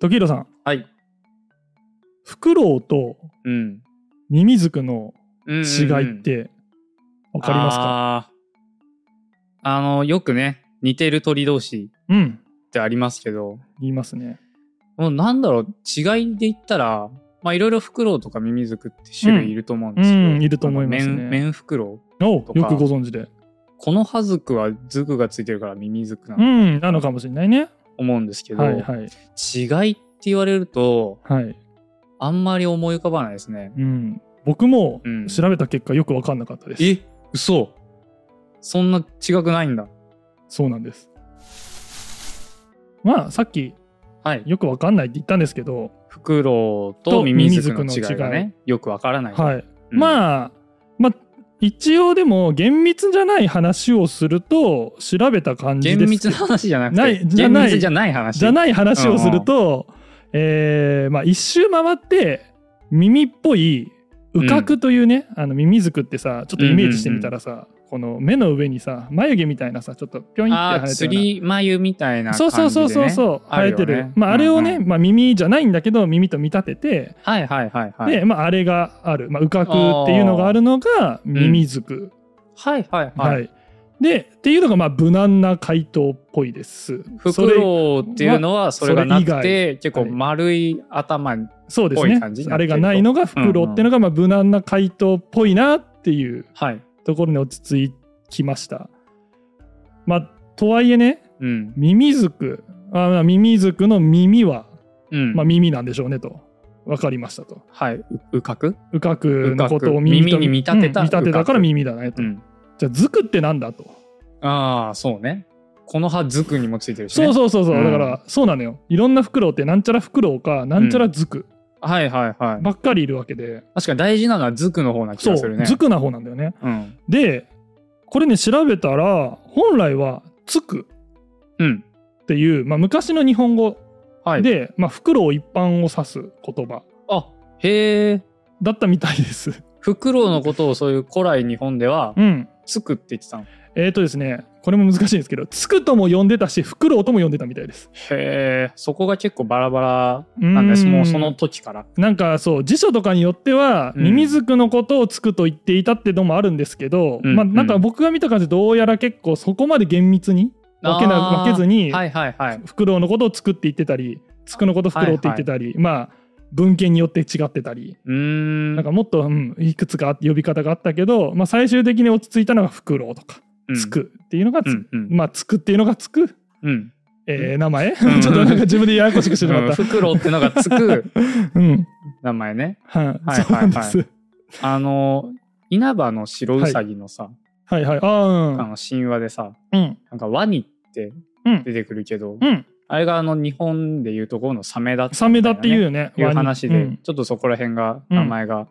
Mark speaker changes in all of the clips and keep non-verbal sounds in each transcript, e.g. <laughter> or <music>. Speaker 1: トキードさん、
Speaker 2: はい。
Speaker 1: フクロウと
Speaker 2: うん。
Speaker 1: ミミズクの違いっ
Speaker 2: うんうんうん、
Speaker 1: てわかりますか、
Speaker 2: あーあの、よくね、似てる鳥同士
Speaker 1: うん
Speaker 2: ってありますけど、
Speaker 1: 言いますね。
Speaker 2: もうなんだろう、違いで言ったら、まあいろいろフクロウとかミミズクって種類いると思うんですけど、
Speaker 1: うんいると思いますね
Speaker 2: あのメンメンフクロウ。
Speaker 1: お
Speaker 2: とか
Speaker 1: よくご存知で。
Speaker 2: この葉ズクはズクがついてるからミミズクな
Speaker 1: う
Speaker 2: の
Speaker 1: ん、なのかもしれないね。
Speaker 2: 思うんですけど、
Speaker 1: はいはい。
Speaker 2: 違いって言われると、
Speaker 1: はい。
Speaker 2: あんまり思い浮かばないですね。
Speaker 1: うん。僕も
Speaker 2: うん
Speaker 1: 調べた結果よくわかんなかったです。
Speaker 2: え嘘そんな違くないんだ。
Speaker 1: そうなんです。まあ、さっき
Speaker 2: はい。
Speaker 1: よくわかんないって言ったんですけど、
Speaker 2: フクロウ
Speaker 1: と
Speaker 2: とミミズ
Speaker 1: ミ
Speaker 2: クの
Speaker 1: ミズクの違い
Speaker 2: 違いがね、よくわからない。
Speaker 1: はい。
Speaker 2: うん
Speaker 1: まあ、まあ、一応でも厳密じゃない話をすると、調べた感じです。
Speaker 2: 厳密な話じゃなくて、
Speaker 1: ないじゃ
Speaker 2: 厳
Speaker 1: ない
Speaker 2: 密じゃない話。
Speaker 1: じゃない話をすると、えーまあ、一周回って耳っぽい羽角というね、あのミミズクってさちょっとイメージしてみたらさ、この目の上にさ眉毛みたいなさちょっとピョンって
Speaker 2: ああ、
Speaker 1: 生え
Speaker 2: 釣
Speaker 1: てるよ
Speaker 2: り眉みたいな
Speaker 1: うな
Speaker 2: 感じ
Speaker 1: そ
Speaker 2: で、
Speaker 1: う
Speaker 2: ね。
Speaker 1: そうそうそうそう
Speaker 2: あ
Speaker 1: 生
Speaker 2: る
Speaker 1: え
Speaker 2: よ
Speaker 1: て
Speaker 2: ね
Speaker 1: るまあ、あれをね、
Speaker 2: うんう
Speaker 1: まあ、耳じゃないんだけど耳と見立てて、
Speaker 2: はいはいはいはい。
Speaker 1: で、まあ、あれがある、まあ、羽角っていうのがあるのがミミズク、
Speaker 2: はいはい
Speaker 1: は、
Speaker 2: はいい。
Speaker 1: でっていうのがまあ無難な回答っぽいです
Speaker 2: フ
Speaker 1: そ
Speaker 2: ク
Speaker 1: れ
Speaker 2: ロウっていうのはそれが
Speaker 1: ま
Speaker 2: な
Speaker 1: あ
Speaker 2: く
Speaker 1: それ
Speaker 2: て、結構丸い頭に。
Speaker 1: そうです
Speaker 2: ぽ
Speaker 1: ね
Speaker 2: い感じにな
Speaker 1: あ
Speaker 2: っ
Speaker 1: れ
Speaker 2: てると
Speaker 1: がないのがフクロウっていうのがまあ無難な回答っぽいなっていう
Speaker 2: はい。
Speaker 1: ところに落ち着きました。まあとはいえね
Speaker 2: うん。
Speaker 1: ミミズクあまあミミズクの耳は、
Speaker 2: うん。
Speaker 1: まあ、耳なんでしょうねと分かりましたと。
Speaker 2: はい。ううかく
Speaker 1: うかくのことを
Speaker 2: うかく耳に見立てた
Speaker 1: うん見立てたから
Speaker 2: うかく
Speaker 1: 耳だねと。
Speaker 2: うん。
Speaker 1: じゃあズクってなんだと。
Speaker 2: ああ、そうね。この葉、ズクにもついてるし、ね。
Speaker 1: そうそうそうそう、
Speaker 2: うん
Speaker 1: だからそうなのよ。いろんなフクロウってなんちゃらフクロウかなんちゃらズク
Speaker 2: はいはいはい。
Speaker 1: ばっかりいるわけで、
Speaker 2: 確かに大事なのはズクの方な気
Speaker 1: そ
Speaker 2: がする
Speaker 1: う
Speaker 2: ね。
Speaker 1: ズクな方なんだよね。
Speaker 2: うん。
Speaker 1: でこれね調べたら本来は「つく」
Speaker 2: うん。
Speaker 1: っていう、まあ、昔の日本語
Speaker 2: はい。、
Speaker 1: で、まあ、フクロウ一般を指す言葉
Speaker 2: あ、へえ。
Speaker 1: だったみたい
Speaker 2: <laughs>
Speaker 1: です。
Speaker 2: フクロウのことをそういう古来日本では、
Speaker 1: うん、
Speaker 2: つくって言ってたの。
Speaker 1: えっ、とですねこれも難しいんですけど「つく」とも呼んでたし「フクロウ」とも呼んでたみたいです。
Speaker 2: へえ。そこが結構バラバラ
Speaker 1: うーん
Speaker 2: なんです。もうその時から。
Speaker 1: なんかそう辞書とかによっては、
Speaker 2: うん
Speaker 1: ミミズクのことを「つく」と言っていたってのもあるんですけど、
Speaker 2: うん
Speaker 1: まあ、なんか僕が見た感じどうやら結構そこまで厳密に分けな
Speaker 2: あー
Speaker 1: 分けずに、
Speaker 2: はいはいはい。
Speaker 1: フクロウのことを「つく」って言ってたり「つく」のことを「フクロウ」って言ってたり、まあ文献によって違ってたり、
Speaker 2: うーん。
Speaker 1: なんかもっと、うん、いくつか呼び方があったけど、まあ、最終的に落ち着いたのが「フクロウ」とか「
Speaker 2: うん
Speaker 1: つ。く」っていうのがつ、
Speaker 2: うんうん。
Speaker 1: まあ「つく」っていうのがつく、
Speaker 2: うん。
Speaker 1: えー名前、
Speaker 2: ん
Speaker 1: <laughs> ちょっとなんか自分でややこしくしてしま
Speaker 2: うん
Speaker 1: った。
Speaker 2: フクロウってのが
Speaker 1: <laughs>
Speaker 2: つく
Speaker 1: うん
Speaker 2: 名前ね。
Speaker 1: はい、
Speaker 2: はい
Speaker 1: そうなんです。
Speaker 2: あの、稲葉の白ウサギのさ、
Speaker 1: はいはい。ああ
Speaker 2: あの神話でさ、
Speaker 1: うん
Speaker 2: なんかワニって
Speaker 1: うん
Speaker 2: 出てくるけど、
Speaker 1: うん。
Speaker 2: あれがあの日本でいうところのサメだって
Speaker 1: サメだっていうよね。
Speaker 2: いう話で、
Speaker 1: ワニ
Speaker 2: ちょっとそこら辺が
Speaker 1: うん
Speaker 2: 名前が、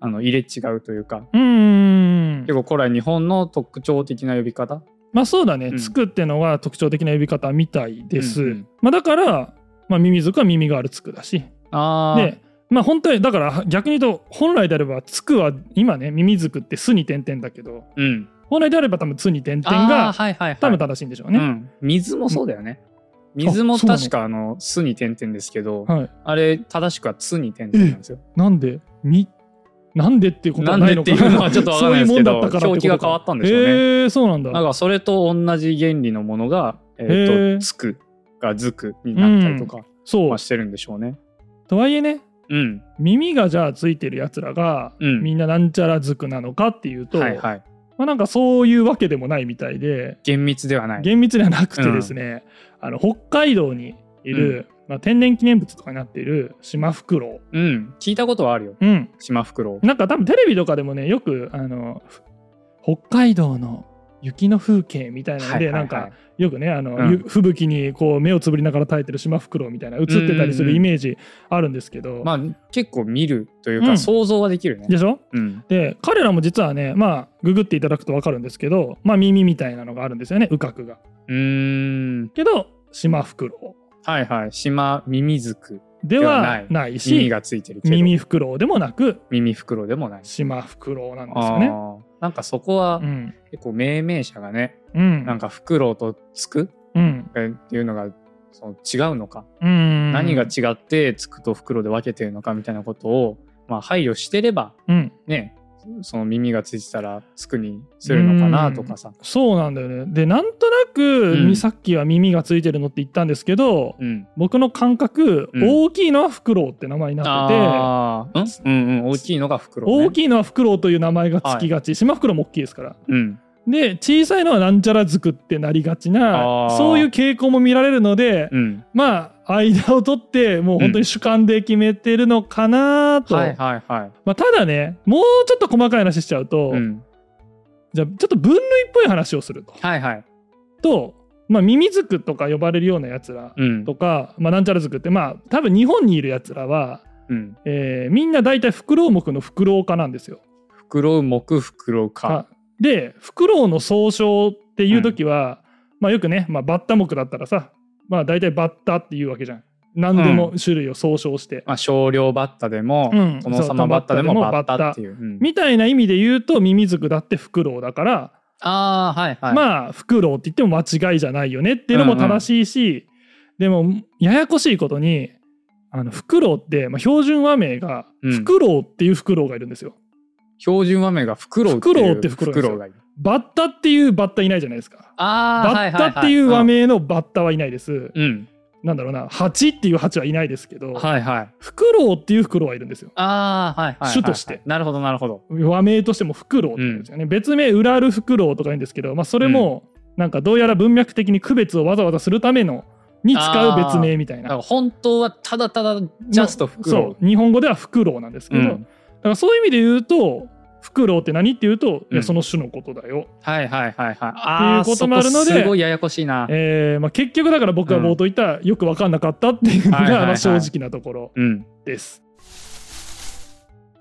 Speaker 2: あの入れ違うというか
Speaker 1: うん。うん
Speaker 2: 結構古来日本の特徴的な呼び方
Speaker 1: まあそうだね、
Speaker 2: うん
Speaker 1: つくってのが特徴的な呼び方みたいです。
Speaker 2: うんうん
Speaker 1: まあだから、まあ、ミミズクは耳があるつくだし。
Speaker 2: あー
Speaker 1: で、まあ本当に、だから逆に言うと、本来であれば、つくは今ね、ミミズクってすに点々だけど、
Speaker 2: うん、
Speaker 1: 本来であれば多分つに点
Speaker 2: あ
Speaker 1: 々
Speaker 2: ー
Speaker 1: が
Speaker 2: はいはいはい
Speaker 1: 多分正しいんでしょう
Speaker 2: う
Speaker 1: ね。
Speaker 2: ん、水もそうだよね水も
Speaker 1: そうなの
Speaker 2: 確かあの「す」に点々ですけど、
Speaker 1: はい。
Speaker 2: あれ正しくは「つ」に点々なんですよ。
Speaker 1: なんで、み、なんでっていうこと
Speaker 2: な
Speaker 1: は
Speaker 2: ん
Speaker 1: な
Speaker 2: で
Speaker 1: い
Speaker 2: っ
Speaker 1: の
Speaker 2: て
Speaker 1: か
Speaker 2: いうのはちょっとわからないですけ
Speaker 1: そういうもん
Speaker 2: ど
Speaker 1: だったからってことか
Speaker 2: 表記が変わったんでしょうね。
Speaker 1: へえ、そうなんだ。
Speaker 2: なんかそれと同じ原理のものが「え
Speaker 1: へ
Speaker 2: ー
Speaker 1: ー
Speaker 2: とつく」が「ずく」になったりとか、
Speaker 1: そう
Speaker 2: まあ、。してるんでしょうね。
Speaker 1: とはいえね、
Speaker 2: うん、
Speaker 1: 耳がじゃあついてるやつらが、
Speaker 2: うん
Speaker 1: みんななんちゃらずくなのかっていうと、
Speaker 2: はいはい。
Speaker 1: まあ、なんかそういうわけでもないみたいで、
Speaker 2: 厳密ではない。
Speaker 1: 厳密ではなくてですね、あの北海道にいる、まあ、天然記念物とかになっているシマフクロ
Speaker 2: うん、聞いたことはあるよ。
Speaker 1: ウ、うん、
Speaker 2: シマフクロウ。
Speaker 1: なんか多分テレビとかでもねよくあのふ北海道の雪の風景みたいなので、なんかよくねあの、
Speaker 2: うん
Speaker 1: ゆ吹雪にこう目をつぶりながら耐えてるシマフクロウみたいな映ってたりす
Speaker 2: うんうんう
Speaker 1: る
Speaker 2: ん
Speaker 1: イメージあるんですけど、
Speaker 2: まあ結構見るというか、
Speaker 1: うん
Speaker 2: 想像はできるね。
Speaker 1: でしょ
Speaker 2: うん。
Speaker 1: で彼らも実はねまあググっていただくと分かるんですけど、まあ、耳みたいなのがあるんですよね羽角が。
Speaker 2: うーん。
Speaker 1: けどシマフクロ
Speaker 2: はいはい。シマミミズク。
Speaker 1: ウで
Speaker 2: ではな
Speaker 1: はいないし
Speaker 2: 耳がついてるけど。
Speaker 1: 耳フクロウでもなく
Speaker 2: 耳フクロウでもない。
Speaker 1: シマフクロウなんです
Speaker 2: あ
Speaker 1: よね。
Speaker 2: ーなんかそこは
Speaker 1: うん
Speaker 2: 結構命名者がね、
Speaker 1: うん、
Speaker 2: なんかフクロウとつく
Speaker 1: うん、
Speaker 2: っていうのがその違うのか、
Speaker 1: うん
Speaker 2: 何が違ってつくと袋で分けてるのかみたいなことを、まあ、配慮してれば
Speaker 1: うん、
Speaker 2: ねその耳がついてたらつくにするのかなとかさ、
Speaker 1: そうなんだよねでなんとなく、
Speaker 2: うん
Speaker 1: さっきは耳がついてるのって言ったんですけど、
Speaker 2: うん、
Speaker 1: 僕の感覚、
Speaker 2: うん
Speaker 1: 大きいのはフクロウって名前になってて
Speaker 2: ああうんうんうん大きいのが袋、ね、
Speaker 1: 大きいのはフクロウという名前がつきがち、シマフクロウも大きいですから
Speaker 2: うん
Speaker 1: で小さいのはなんちゃらずくってなりがち
Speaker 2: あ
Speaker 1: な
Speaker 2: ー
Speaker 1: そういう傾向も見られるので、
Speaker 2: うん
Speaker 1: まあ間を取ってもう本当に主観で決めてるのかなと、
Speaker 2: はいはいはい
Speaker 1: まあ、ただねもうちょっと細かい話しちゃうと、
Speaker 2: うん
Speaker 1: じゃあちょっと分類っぽい話をすると。
Speaker 2: はいはい
Speaker 1: と、まあ、ミミズクとか呼ばれるようなやつら
Speaker 2: うん
Speaker 1: とか、まあ、なんちゃらズクってまあ多分日本にいるやつらは、
Speaker 2: うん
Speaker 1: えーみんな大体フクロウ目のフクロウ科なんですよ。
Speaker 2: 袋木袋か
Speaker 1: あでフクロウの総称っていう時は、まあ、よくね、まあ、バッタ目だったらさ、まあ、大体バッタっていうわけじゃん。何でも種類を総称して。
Speaker 2: まあ、少量バッタでも、
Speaker 1: うん
Speaker 2: 殿様バッタでも
Speaker 1: そう殿様バ
Speaker 2: バ
Speaker 1: ッ
Speaker 2: ッ
Speaker 1: タ
Speaker 2: タっていう。うん
Speaker 1: みたいな意味で言うとミミズクだってフクロウだから、
Speaker 2: ああ、はいはい。あ、
Speaker 1: まあフクロウって言っても間違いじゃないよねっていうのも正しいし、でもややこしいことにあのフクロウって、まあ、標準和名が
Speaker 2: うん
Speaker 1: フクロウっていうフクロウがいるんですよ。
Speaker 2: 標準和名が袋
Speaker 1: フクロウって袋ですよ
Speaker 2: がいる。
Speaker 1: バッタっていうバッタいないじゃないですか。
Speaker 2: ああ、
Speaker 1: バ
Speaker 2: はい
Speaker 1: ッ
Speaker 2: はいは
Speaker 1: タ
Speaker 2: い。
Speaker 1: っていう和名のバッタはいないです。
Speaker 2: うん。
Speaker 1: なんだろうな蜂っていう蜂はいないですけど、
Speaker 2: うん。はいはい。
Speaker 1: フクロウっていうフクロウはいるんですよ。
Speaker 2: ああ、はいはいはい。
Speaker 1: 種として
Speaker 2: なるほどなるほど。
Speaker 1: 和名としてもフクロウって言うんですよね、別名ウラルフクロウとか言うんですけど、まあ、それもなんかどうやら文脈的に区別をわざわざするためのに使う別名みたい
Speaker 2: だ
Speaker 1: な
Speaker 2: から本当はただただジャスト袋。
Speaker 1: そう日本語ではフクロウなんですけ
Speaker 2: う
Speaker 1: ど、だ
Speaker 2: ん。
Speaker 1: からそういう意味で言うとフクロウって何っていうと、いや
Speaker 2: うん
Speaker 1: その種のことだよ、
Speaker 2: はいはいはいはい。ああ、
Speaker 1: っていうこともあるので
Speaker 2: そこすごいややこしいな。
Speaker 1: えーまあ、結局だから僕が冒頭言った、よく分かんなかったっていうのが、
Speaker 2: はいはいはい
Speaker 1: まあ正直なところ
Speaker 2: うん。
Speaker 1: です。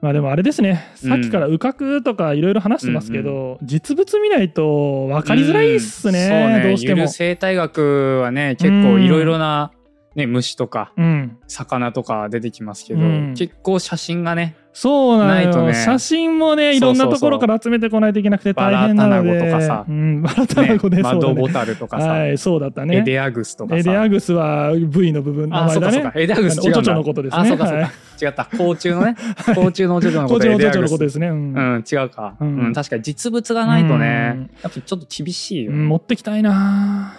Speaker 1: まあでもあれですねさっきからうかくとかいろいろ話してますけど、実物見ないと分かりづらいっすね,、
Speaker 2: んそうね
Speaker 1: どうして
Speaker 2: ゆ
Speaker 1: も
Speaker 2: る。生態学はね、結構いろいろな、ね、虫とか
Speaker 1: うん、
Speaker 2: 魚とか出てきますけど、
Speaker 1: うん
Speaker 2: 結構写真
Speaker 1: <laughs>
Speaker 2: がね、
Speaker 1: そうなの
Speaker 2: ない
Speaker 1: よ、
Speaker 2: とね
Speaker 1: 写真もねいろんなところから集めてこないといけなくて大変なので
Speaker 2: バラタナゴとかさ
Speaker 1: うん、バラタナ
Speaker 2: ね
Speaker 1: ゴねそう
Speaker 2: マ
Speaker 1: だ
Speaker 2: ド
Speaker 1: ね
Speaker 2: ボタルとかさ、
Speaker 1: はい、そうだったね。
Speaker 2: エデアグスとかさ。
Speaker 1: エデアグスは V の部分、名
Speaker 2: あ、
Speaker 1: 前
Speaker 2: そう
Speaker 1: だ
Speaker 2: かそう
Speaker 1: ね
Speaker 2: か。。エデアグス
Speaker 1: あ
Speaker 2: 違う
Speaker 1: のおちょ
Speaker 2: んだ
Speaker 1: ちょのことですね。
Speaker 2: あ、そうかそう
Speaker 1: はい
Speaker 2: か。違った。甲虫のね。
Speaker 1: <laughs>
Speaker 2: 甲虫のおちょちょのこ
Speaker 1: お
Speaker 2: と
Speaker 1: ちょ
Speaker 2: で
Speaker 1: の
Speaker 2: エ
Speaker 1: おち
Speaker 2: デ
Speaker 1: ょ
Speaker 2: ア
Speaker 1: ちょ
Speaker 2: グ
Speaker 1: の
Speaker 2: ス。
Speaker 1: ことですね。う。
Speaker 2: うんん、違うか。
Speaker 1: う
Speaker 2: うんん、確かに実物がないとね
Speaker 1: う、
Speaker 2: やっぱちょっと厳しいよ
Speaker 1: う
Speaker 2: ね。
Speaker 1: ん持ってきたいな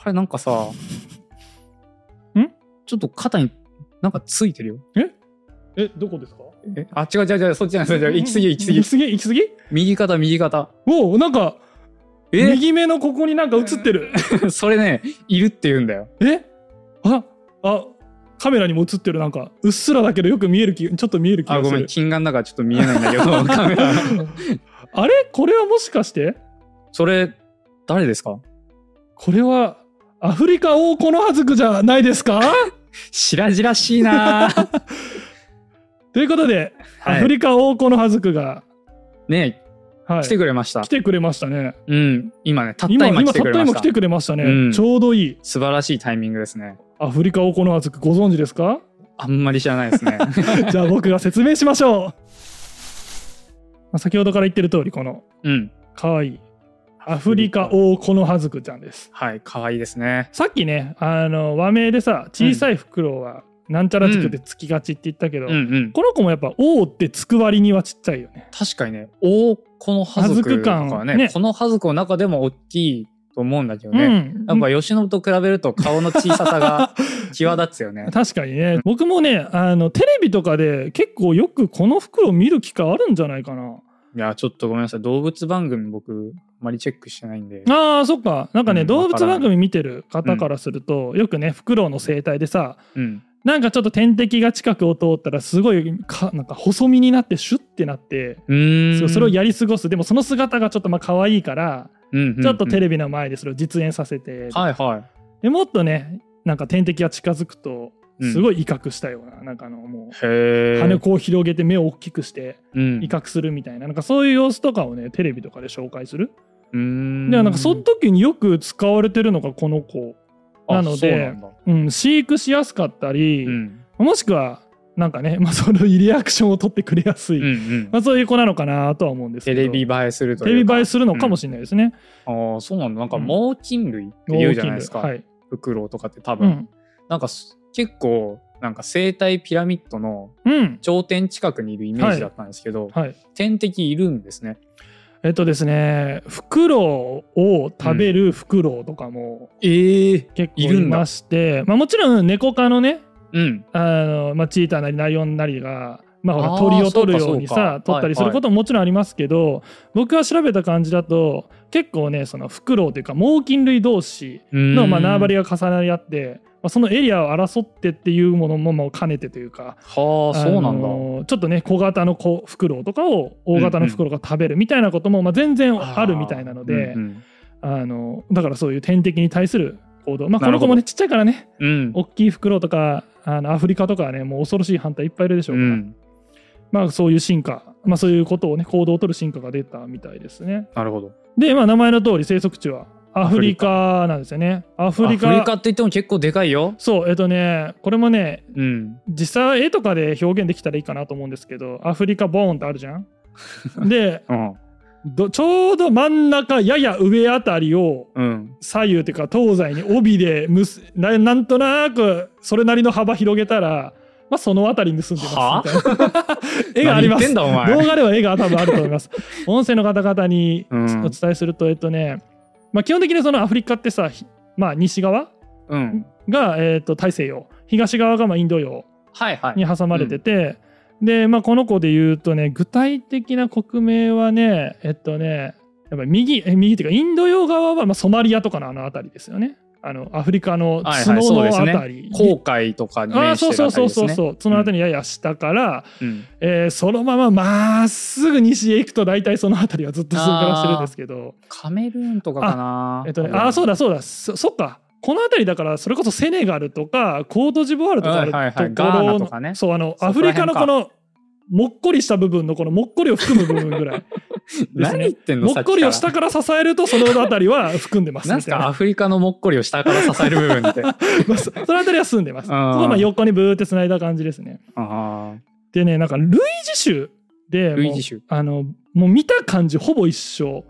Speaker 2: あれなんかさ、んちょっと肩になんかついてるよ。
Speaker 1: え、どこですか
Speaker 2: えあ、違う違う違う、そっちじゃない、そっちじゃない。行き過ぎ行き過ぎ
Speaker 1: 行。き過ぎ行き過ぎ
Speaker 2: 右肩、右肩。
Speaker 1: おお、なんか、
Speaker 2: え
Speaker 1: 右目のここになんか映ってる。
Speaker 2: <laughs> それね、いるって言うんだよ。
Speaker 1: えあ、あ、カメラにも映ってる。なんか、うっすらだけどよく見える気、ちょっと見える気
Speaker 2: あ、
Speaker 1: が
Speaker 2: ご
Speaker 1: す
Speaker 2: めん、
Speaker 1: る。
Speaker 2: 金眼だからちょっと見えないんだけど、
Speaker 1: <laughs>
Speaker 2: カメラ。
Speaker 1: あれこれはもしかして
Speaker 2: それ、誰ですか
Speaker 1: これは、アフリカオオコノハズクじゃないですか
Speaker 2: 白々しいなぁ
Speaker 1: ということで、
Speaker 2: はい
Speaker 1: アフリカオオコノハズクが、
Speaker 2: ね
Speaker 1: はい、
Speaker 2: 来てくれました、
Speaker 1: 来てくれましたね。
Speaker 2: うん今ねたった
Speaker 1: 今、
Speaker 2: 今
Speaker 1: 今、た
Speaker 2: 来て
Speaker 1: っ
Speaker 2: くれ
Speaker 1: た
Speaker 2: まし
Speaker 1: 今
Speaker 2: た
Speaker 1: 来てくれましたね、
Speaker 2: うん
Speaker 1: ちょうどいい。
Speaker 2: 素晴らしいタイミングですね
Speaker 1: アフリカオコノハズクご存知です
Speaker 2: <laughs>
Speaker 1: か
Speaker 2: あんまり知らないです
Speaker 1: <laughs>
Speaker 2: ね
Speaker 1: じゃあ僕が説明しましょう。まあ先ほどから言ってる通り、この
Speaker 2: うん
Speaker 1: 可愛いアフリカオオコノハズクちゃんです。
Speaker 2: はい可愛いですね
Speaker 1: さっきね、あの和名でさ、小さいフクロウはなんちゃらズクでつきがちって言ったけど、
Speaker 2: うんうん
Speaker 1: この子もやっぱ王ってつく割にはちっちゃいよね。
Speaker 2: 確かにねおこのハズクとか
Speaker 1: ハズク
Speaker 2: は
Speaker 1: 感
Speaker 2: ね
Speaker 1: ね
Speaker 2: このハズクの中でも大きいと思うんだけどね、
Speaker 1: うん。
Speaker 2: やっぱ吉野と比べると顔の小ささが際立つよね
Speaker 1: <laughs> 確かにね、僕もねあのテレビとかで結構よくこの袋見る機会あるんじゃないかない
Speaker 2: やちょっとごめんなさい動物番組僕あまりチェックしてないんで
Speaker 1: あーそっかなんかね、
Speaker 2: うん
Speaker 1: 動
Speaker 2: わ
Speaker 1: 物
Speaker 2: からない
Speaker 1: 番組見てる方からすると、よくねフクロウの生態でさ
Speaker 2: うん
Speaker 1: なんかちょっと天敵が近くを通ったらすごいかなんか細身になってシュッてなって。
Speaker 2: うーん
Speaker 1: それをやり過ごすでもその姿がちょっとまあ可愛いから、ちょっとテ
Speaker 2: レ
Speaker 1: レビの前でそれを実演させて、
Speaker 2: はいは
Speaker 1: でもっとねなんか天敵が近づくと
Speaker 2: い、うん
Speaker 1: すごい威嚇したような、なんかあのもう
Speaker 2: へえ
Speaker 1: 羽をこう広げて目を大きくして
Speaker 2: うん
Speaker 1: 威嚇するみたいななんかそういう様子とかをねテレビとかで紹介する、
Speaker 2: うーん
Speaker 1: でなんかその時によく使われてるのがこの子、
Speaker 2: あ
Speaker 1: なので
Speaker 2: そうなんだ
Speaker 1: うん、飼育しやすかったり、
Speaker 2: うん
Speaker 1: もしくはなんかね、まあ、 <laughs> そのリアクションを取ってくれやすい、
Speaker 2: うんうん
Speaker 1: まあ、そういう子なのかなとは思うんですけ
Speaker 2: テ
Speaker 1: ど
Speaker 2: レビ映えすると
Speaker 1: テ
Speaker 2: い
Speaker 1: レ
Speaker 2: う
Speaker 1: ビ
Speaker 2: か
Speaker 1: 映えするのかもしれないですね。
Speaker 2: ああそうなんだなんか
Speaker 1: うん
Speaker 2: 猛禽類って言うじゃないですか、
Speaker 1: はい
Speaker 2: フクロウとかって多
Speaker 1: う
Speaker 2: 分、
Speaker 1: ん
Speaker 2: なんかす結構なんか生態ピラミッドの
Speaker 1: うん
Speaker 2: 頂点近くにいるイメージだったんですけど、
Speaker 1: はい、
Speaker 2: 天敵いるんですね
Speaker 1: えっとですねフクロウを食べるフクロウとかも
Speaker 2: ええ
Speaker 1: 結構
Speaker 2: い
Speaker 1: い
Speaker 2: るんだ
Speaker 1: まして、まあ、もちろん猫科のね
Speaker 2: うん
Speaker 1: あの、まあ、チーターなりライオンなりが、まあ、ほ
Speaker 2: あ
Speaker 1: ら鳥
Speaker 2: ー
Speaker 1: を取るように
Speaker 2: そうかそう
Speaker 1: さ
Speaker 2: か
Speaker 1: 取ったりすることももちろんありますけど、僕が調べた感じだと結構ねそのフクロウというか猛禽類同士の、まあ、縄張り
Speaker 2: は
Speaker 1: が重なり合って、まあ、そのエリアを争ってっていうものももう兼ねてというか
Speaker 2: あそうなんだ、
Speaker 1: あのーちょっとね小型の子フクロウとかを大型のフクロウが食べるみたいなことも、まあ、全然あるみたいなので
Speaker 2: うんうん
Speaker 1: あのだからそういう天敵に対する行動まあこ
Speaker 2: なる
Speaker 1: の
Speaker 2: ほど
Speaker 1: 子もねちっちゃいからね
Speaker 2: うん
Speaker 1: 大きいフクロウとかあのアフリカとかはねもう恐ろしい反対いっぱいいるでしょう
Speaker 2: う
Speaker 1: から、
Speaker 2: ん
Speaker 1: まあそういう進化、まあ、そういうことをね行動をとる進化が出たみたいですね
Speaker 2: なるほど
Speaker 1: でまあ名前の通り生息地はアフリカなんですよねアフリカ
Speaker 2: って言っても結構でかいよ
Speaker 1: そうえっとねこれもね
Speaker 2: うん
Speaker 1: 実際は絵とかで表現できたらいいかなと思うんですけどアフリカボーンってあるじゃ <laughs> んで
Speaker 2: うん
Speaker 1: どちょうど真ん中やや上あたりを
Speaker 2: うん
Speaker 1: 左右というか東西に帯でむすななんとなくそれなりの幅広げたら、まあ、そのあたり結んでますみたいな <laughs> 絵がありま
Speaker 2: 何言ってん
Speaker 1: す動
Speaker 2: だお前
Speaker 1: 画では絵が多分あると思います
Speaker 2: <laughs>
Speaker 1: 音声の方々に
Speaker 2: うん
Speaker 1: お伝えするとえっとね、まあ、基本的にそのアフリカってさ、ひまあ、西側
Speaker 2: うん
Speaker 1: が、えっと大西洋東側がまあインド洋
Speaker 2: はいはい
Speaker 1: に挟まれてて、で、まあ、この子で言うとね具体的な国名はねえっとねやっぱり右え右っていうかインド洋側は、まあ、ソマリアとかのあの辺りですよねあのアフリカの
Speaker 2: はいはい
Speaker 1: 角
Speaker 2: そう
Speaker 1: の
Speaker 2: ですね
Speaker 1: 辺り、
Speaker 2: 後悔とかに
Speaker 1: ああ
Speaker 2: 面し
Speaker 1: そう
Speaker 2: てる
Speaker 1: そう
Speaker 2: あたり
Speaker 1: そう
Speaker 2: です
Speaker 1: そうそ
Speaker 2: ね
Speaker 1: うその辺りやや下から、
Speaker 2: うん
Speaker 1: えーそのまままっすぐ西へ行くと大体その辺りはずっと通過してるんですけど
Speaker 2: カメルーンとかかな
Speaker 1: えっとねああそう
Speaker 2: だ
Speaker 1: だそうだそそっかこの辺りだからそれこそセネガルとかコートジボワールとかあるとこ
Speaker 2: はい
Speaker 1: ろ
Speaker 2: はいはい
Speaker 1: の
Speaker 2: ガーナとかね
Speaker 1: そうあの
Speaker 2: そこら
Speaker 1: アフリカの
Speaker 2: 辺か
Speaker 1: このもっこりした部分のこのもっこりを含む部分ぐ
Speaker 2: <laughs>
Speaker 1: らいです
Speaker 2: 何
Speaker 1: ね
Speaker 2: 言ってんの
Speaker 1: もっこりを下から支えるとその辺りは含んでます
Speaker 2: なん
Speaker 1: み
Speaker 2: す
Speaker 1: たい
Speaker 2: か
Speaker 1: な
Speaker 2: アフリカのもっこりを下から支える部分っ
Speaker 1: <laughs>
Speaker 2: てあ
Speaker 1: まあそその辺りは住んでます
Speaker 2: う
Speaker 1: こ
Speaker 2: ん
Speaker 1: こはまあ横にブーって繋いだ感じですね
Speaker 2: あ
Speaker 1: でねなんか類似種でもう
Speaker 2: 類似種
Speaker 1: あのもう見た感じほぼ一緒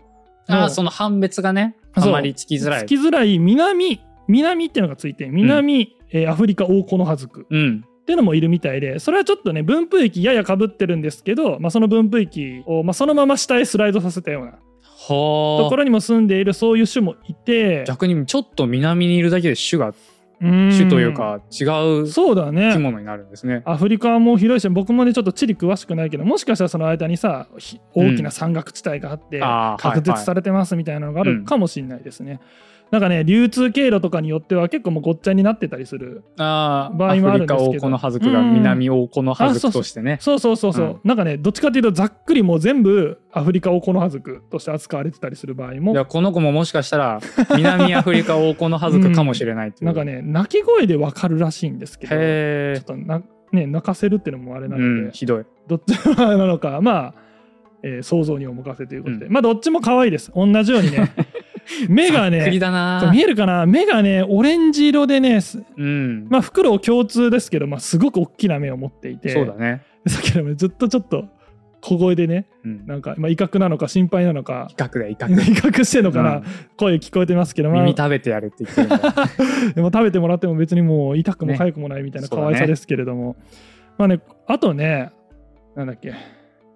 Speaker 2: あ
Speaker 1: も
Speaker 2: ー
Speaker 1: う
Speaker 2: その判別がねあ
Speaker 1: そう
Speaker 2: まりつきづら
Speaker 1: つ
Speaker 2: い
Speaker 1: きづらい南南っていうのがついて南、えーアフリカオオコノハズク
Speaker 2: うん
Speaker 1: っていうのもいるみたいでそれはちょっとね分布域ややかぶってるんですけど、まあ、その分布域を、まあ、そのまま下へスライドさせたようなとこ
Speaker 2: はあ
Speaker 1: ろにも住んでいるそういう種もいて
Speaker 2: 逆にちょっと南にいるだけで種が種
Speaker 1: 種
Speaker 2: というか違う生
Speaker 1: そうだ
Speaker 2: き
Speaker 1: ね
Speaker 2: 物になるんですね
Speaker 1: アフリカはもう広いし僕もねちょっと地理詳しくないけどもしかしたらその間にさひ大きな山岳地帯があって
Speaker 2: あー
Speaker 1: 隔
Speaker 2: はいは
Speaker 1: 絶
Speaker 2: い
Speaker 1: されてますみたいなのがあるかもしれないですね。なんかね流通経路とかによっては結構もうごっちゃになってたりする
Speaker 2: あー
Speaker 1: 場合もあるんですけど
Speaker 2: アフリカオオコノハズクが南オオコノハズクとしてね。
Speaker 1: そうそうそうそう、
Speaker 2: うん
Speaker 1: なんかねどっちかというとざっくりもう全部アフリカオオコノハズクとして扱われてたりする場合も
Speaker 2: いやこの子ももしかしたら南アフリカオオコノハズクかもしれないっていう。
Speaker 1: なんかね鳴き声でわかるらしいんですけどちょ
Speaker 2: へ
Speaker 1: っとな、ね、泣かせるっていうのもあれ
Speaker 2: え、
Speaker 1: な
Speaker 2: う
Speaker 1: ので、
Speaker 2: ん、ひどい。
Speaker 1: どっちなのか <laughs> まあ、えー想像にお任せということで、
Speaker 2: う
Speaker 1: まあどっちも可愛いです同じように
Speaker 2: <laughs>
Speaker 1: ね目が
Speaker 2: ざっくり
Speaker 1: ね
Speaker 2: だ
Speaker 1: そう
Speaker 2: な
Speaker 1: 見。えるかな目がねオレンジ色でねす
Speaker 2: うん、
Speaker 1: まあ袋を共通ですけど、まあ、すごく大きな目を持っていて
Speaker 2: そうだね。
Speaker 1: さっきからもずっとちょっと小声でね
Speaker 2: うん、
Speaker 1: なんか、まあ、威嚇なのか心配なのか
Speaker 2: 威嚇だ <laughs> 威
Speaker 1: <laughs>
Speaker 2: 嚇。
Speaker 1: 威嚇してんのかな、
Speaker 2: うん
Speaker 1: 声聞こえてますけど、まあ
Speaker 2: 耳食べてやるって言っ
Speaker 1: <laughs>
Speaker 2: てるんだ。
Speaker 1: でも食べてもらっても別にもう痛くも
Speaker 2: ね
Speaker 1: 痒くもないみたいな
Speaker 2: そうだ
Speaker 1: 可
Speaker 2: ね
Speaker 1: 愛さですけれども、まあねあとねなんだっけ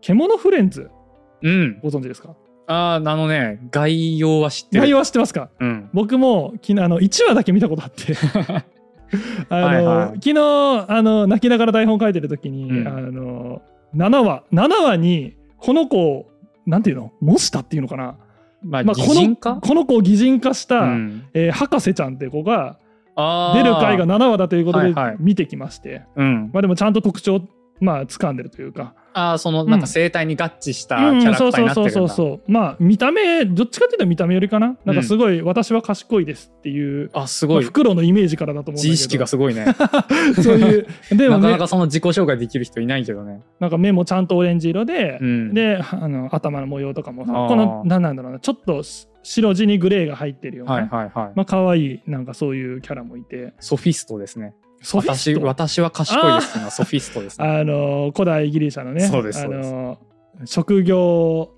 Speaker 1: 獣フレンズ
Speaker 2: うん。
Speaker 1: ご存知ですか
Speaker 2: あああのね概要は知ってる。
Speaker 1: 内容は知ってますか
Speaker 2: うん。
Speaker 1: 僕も昨日あの1話だけ見たことあって
Speaker 2: <laughs>
Speaker 1: あの、
Speaker 2: はいはい
Speaker 1: 昨日あの泣きながら台本書いてる時に、
Speaker 2: うん
Speaker 1: あの7話7話にこの子をなんていうの模したっていうのかな、
Speaker 2: まあ、
Speaker 1: まあ、
Speaker 2: 擬
Speaker 1: この
Speaker 2: 人化。
Speaker 1: この子を擬人化した、
Speaker 2: うん、
Speaker 1: えー博士ちゃんっていう子が
Speaker 2: あ
Speaker 1: 出
Speaker 2: ー
Speaker 1: る回が7話だということ
Speaker 2: はい
Speaker 1: で
Speaker 2: はい
Speaker 1: 見てきまして、
Speaker 2: うん、
Speaker 1: まあでもちゃんと特徴まあ掴んでるというか
Speaker 2: ああそのなんか生態に合致したキャラクターになって
Speaker 1: うんそうそうそう
Speaker 2: るん
Speaker 1: そう
Speaker 2: だ、
Speaker 1: そうまあ見た目どっちかっていうと見た目よりかななんかすごい私は賢いですっていう、
Speaker 2: あす
Speaker 1: まあ
Speaker 2: ごい
Speaker 1: フクロウのイメージからだと思うんだけど
Speaker 2: 自意識がすごいね
Speaker 1: そう
Speaker 2: <laughs>
Speaker 1: いう <laughs> でもね
Speaker 2: なかなかその自己紹介できる人いないけどね。
Speaker 1: なんか目もちゃんとオレンジ色で
Speaker 2: う、ん、
Speaker 1: であの頭の模様とかもさ
Speaker 2: あー
Speaker 1: このなんなんだろうなちょっと白地にグレーが入ってるような、
Speaker 2: はいはいはい。
Speaker 1: まあ可愛いなんかそういうキャラもいて
Speaker 2: ソフィストですね。
Speaker 1: ソフィ
Speaker 2: 私
Speaker 1: スト
Speaker 2: 私は賢いですっていうのはソフィストですね。
Speaker 1: あの古代ギリシャのね
Speaker 2: そうです
Speaker 1: あの職業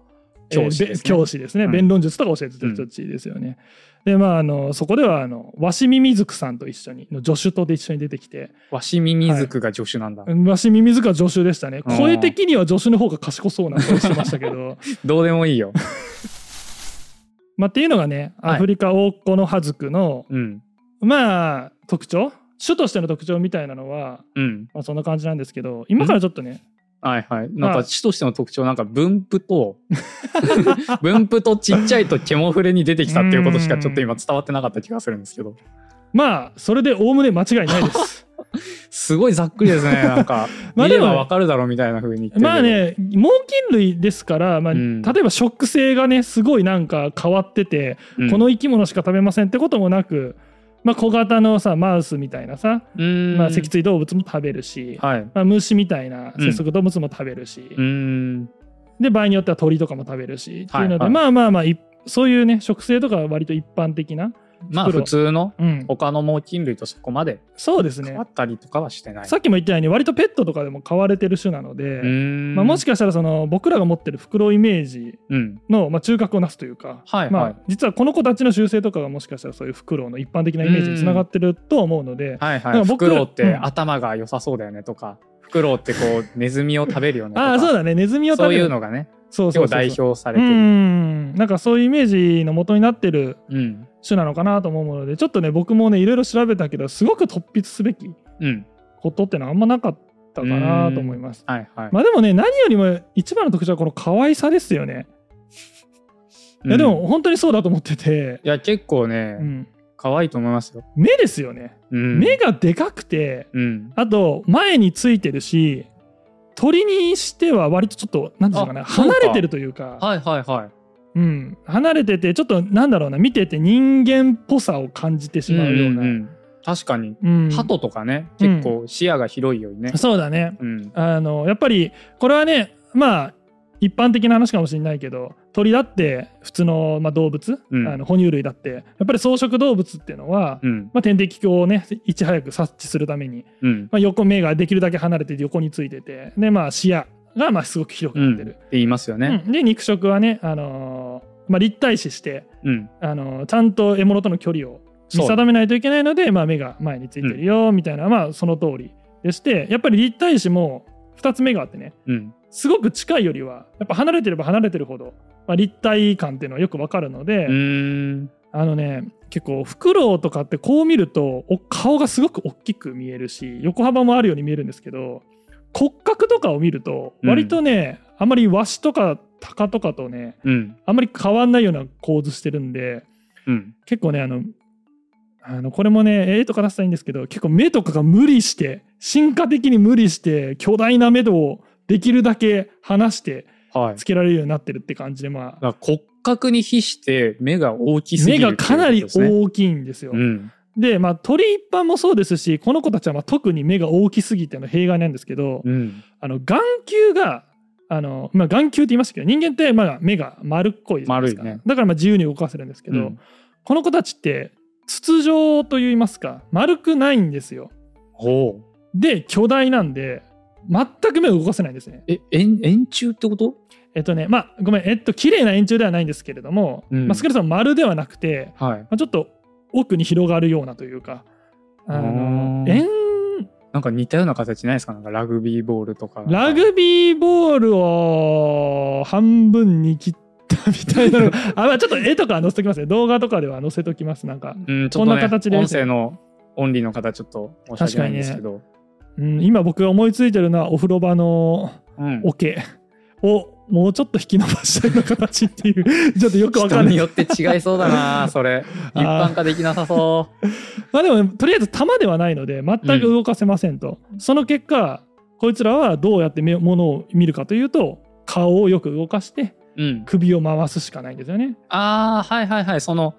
Speaker 1: えー
Speaker 2: 教師ですね
Speaker 1: 教師ですね、
Speaker 2: うん
Speaker 1: 弁論術とか教えてた人たちですよね。でまああのそこではあの鷲見みずくさんと一緒にの助手とで一緒に出てきて
Speaker 2: わしみみずくが助手なんだ。
Speaker 1: 鷲見みずくは助手でしたね
Speaker 2: うん
Speaker 1: 声的には助手の方が賢そうな声してましたけ
Speaker 2: <laughs>
Speaker 1: ど
Speaker 2: どうでもいいよ。
Speaker 1: まあっていうのがね
Speaker 2: はい
Speaker 1: アフリカオオコノハズクの、
Speaker 2: うん。
Speaker 1: まあ特徴種としての特徴みたいなのは、
Speaker 2: うん。
Speaker 1: まあ、そんな感じなんですけど今からちょっとね
Speaker 2: はいはい。なん
Speaker 1: は
Speaker 2: か
Speaker 1: い
Speaker 2: 種としての特徴、なんか分布と、 <laughs> 分布とちっちゃいとケモフレに出てきたっていうことしかちょっと今伝わってなかった気がするんですけど。
Speaker 1: まあそれでおおむね間違いないです。
Speaker 2: すごいざっく
Speaker 1: <laughs>
Speaker 2: りですね。なんか、
Speaker 1: まあ
Speaker 2: 見
Speaker 1: で
Speaker 2: れ
Speaker 1: も
Speaker 2: ばわかるだろうみたいな風に言ってるけど
Speaker 1: まあ。ね猛禽類ですから、まあ
Speaker 2: うん
Speaker 1: 例えば食性がねすごいなんか変わってて、
Speaker 2: うん
Speaker 1: この生き物しか食べませんってこともなく、まあ、小型のさマウスみたいなさ、
Speaker 2: うーん。
Speaker 1: まあ、脊椎動物も食べるし、
Speaker 2: はい。う
Speaker 1: まあ、虫みたいな
Speaker 2: うん
Speaker 1: 節足動物も食べるし、
Speaker 2: ーん。
Speaker 1: で場合によっては鳥とかも食べるし、っていうので
Speaker 2: はいはい
Speaker 1: まあまあまあいそういうね食性とかは割と一般的な、
Speaker 2: まあ
Speaker 1: 袋
Speaker 2: 普通の
Speaker 1: うん、
Speaker 2: 他の猛禽類とそこまで
Speaker 1: そうです
Speaker 2: 変
Speaker 1: ね
Speaker 2: わったりとかはしてない。
Speaker 1: さっきも言ったように割とペットとかでも飼われてる種なので、
Speaker 2: うーん。
Speaker 1: まあ、もしかしたらその僕らが持ってる袋イメージ
Speaker 2: うん。
Speaker 1: の、まあ、中核をなすというか、
Speaker 2: はいはい
Speaker 1: まあ、実はこの子たちの習性とかがもしかしたらそういうフクロウの一般的なイメージにつながってるとは思うので、
Speaker 2: は
Speaker 1: なん
Speaker 2: いはい。
Speaker 1: か
Speaker 2: フ
Speaker 1: 僕
Speaker 2: クロウっ
Speaker 1: う
Speaker 2: て
Speaker 1: ん
Speaker 2: 頭が良さそうだよねとか、フクロウってこう、ネズミを食べるよねとか。
Speaker 1: ああそうだねネズミを食
Speaker 2: そう
Speaker 1: べ
Speaker 2: い
Speaker 1: る
Speaker 2: うのがね、
Speaker 1: そう
Speaker 2: 結
Speaker 1: そ
Speaker 2: 構
Speaker 1: うそう
Speaker 2: 代表され
Speaker 1: う
Speaker 2: てる。
Speaker 1: んなんかそういうイメージの元になってる
Speaker 2: うん。
Speaker 1: 種なのかなと思うのでちょっとね僕もねいろいろ調べたけどすごく突筆すべき
Speaker 2: うん。
Speaker 1: ことってのはあんまなかったかなと思います。
Speaker 2: はいはい。
Speaker 1: まあでもね何よりも一番の特徴はこの可愛さですよね。い
Speaker 2: うん
Speaker 1: やでも本当にそうだと思ってて、
Speaker 2: いや、結構ね、
Speaker 1: うん、
Speaker 2: 可愛いと思いますよ。
Speaker 1: 目ですよね。
Speaker 2: うん。
Speaker 1: 目がでかくて、
Speaker 2: うん。
Speaker 1: あと前についてるし鳥にしては割とちょっと何て言うのかな
Speaker 2: あそうか
Speaker 1: 離れてるというか
Speaker 2: はいはいはい。
Speaker 1: うん、離れててちょっとなんだろうな見てて人間っぽさを感じてしまうような、
Speaker 2: んんん確かに。
Speaker 1: うん
Speaker 2: 鳩とかね、
Speaker 1: うん
Speaker 2: 結構視野が広いよね。
Speaker 1: そうだね
Speaker 2: うん。
Speaker 1: あのやっぱりこれはねまあ一般的な話かもしれないけど鳥だって普通の、まあ、動物、
Speaker 2: うん
Speaker 1: あの哺乳類だってやっぱり草食動物っていうのは、
Speaker 2: うん。
Speaker 1: まあ、天敵鏡をねいち早く察知するために
Speaker 2: うん。
Speaker 1: まあ、横目ができるだけ離れてて横についててでまあ視野がまあすごく広く
Speaker 2: う
Speaker 1: なっ
Speaker 2: ん。
Speaker 1: て
Speaker 2: って
Speaker 1: る、
Speaker 2: 言いますよね。
Speaker 1: うんで肉食はね、あのーまあ、立体視して、
Speaker 2: うん。
Speaker 1: あのーちゃんと獲物との距離を見
Speaker 2: そう
Speaker 1: 定めないといけないので、まあ、目が前についてるよみたいな、まあその通りでしてやっぱり立体視も2つ目があってね
Speaker 2: うん。
Speaker 1: すごく近いよりはやっぱ離れてれば離れてるほど、まあ、立体感っていうのはよくわかるので、
Speaker 2: うーん。
Speaker 1: あのね結構フクロウとかってこう見るとお顔がすごく大きく見えるし横幅もあるように見えるんですけど骨格とかを見ると
Speaker 2: うん
Speaker 1: 割とね、あんまりワシとかタカとかとね
Speaker 2: うん。
Speaker 1: あんまり変わんないような構図してるんで
Speaker 2: うん。
Speaker 1: 結構ねあのあのこれもね絵とか出したらいいんですけど結構目とかが無理して進化的に無理して巨大な目をできるだけ離して
Speaker 2: はい。
Speaker 1: つけられるようになってるって感じでまあ
Speaker 2: だから骨格に比して目が大きすぎ
Speaker 1: 目
Speaker 2: る
Speaker 1: がかなり
Speaker 2: っていうこ
Speaker 1: 大きいんですよ。
Speaker 2: とですねうん。
Speaker 1: で、まあ、鳥一般もそうですしこの子たちはまあ特に目が大きすぎての弊害なんですけど、
Speaker 2: うん。
Speaker 1: あの眼球があの、まあ、眼球って言いましたけど人間ってまあ目が丸っこいじゃないですか、
Speaker 2: 丸いね
Speaker 1: だからまあ自由に動かせるんですけど、
Speaker 2: うん
Speaker 1: この子たちって筒状といいますか丸くないんですよ。
Speaker 2: ほう。
Speaker 1: で巨大なんで全く目を動かせないんですね。
Speaker 2: え、円、円柱ってこと
Speaker 1: えっとねまあごめんえっと綺麗な円柱ではないんですけれども、
Speaker 2: うん
Speaker 1: まあ、少なくとも丸ではなくて
Speaker 2: はい。
Speaker 1: まあ、ちょっと奥に広がるようなというかあの
Speaker 2: あー
Speaker 1: 円
Speaker 2: なんか似たような形ないですかなんかラグビーボールとか。
Speaker 1: ラグビーボールを半分に切ったみたいな
Speaker 2: <laughs>
Speaker 1: のがあ、まあ、ちょっと絵とかは載せときますね動画とかでは載せときますなんか、
Speaker 2: うん、ちょ
Speaker 1: こ
Speaker 2: っ
Speaker 1: んな
Speaker 2: とね、
Speaker 1: 形で
Speaker 2: 音声のオンリーの方、ちょっと申し訳ないんですけど。
Speaker 1: うん、今僕が思いついてるのはお風呂場の
Speaker 2: うん。
Speaker 1: 桶をもうちょっと引き伸ばしたような形っていう <laughs> ちょっとよくわか
Speaker 2: 人
Speaker 1: んな
Speaker 2: に
Speaker 1: い
Speaker 2: よって違いそうだな、
Speaker 1: <laughs>
Speaker 2: それ。一般化できなさそ
Speaker 1: まあでもとりあえず玉ではないので全く動かせませんと、その結果こいつらはどうやって目物を見るかというと顔をよく動かして
Speaker 2: う。うん。
Speaker 1: 首を回すしかないんですよね。
Speaker 2: ああ、はいはいはい。その、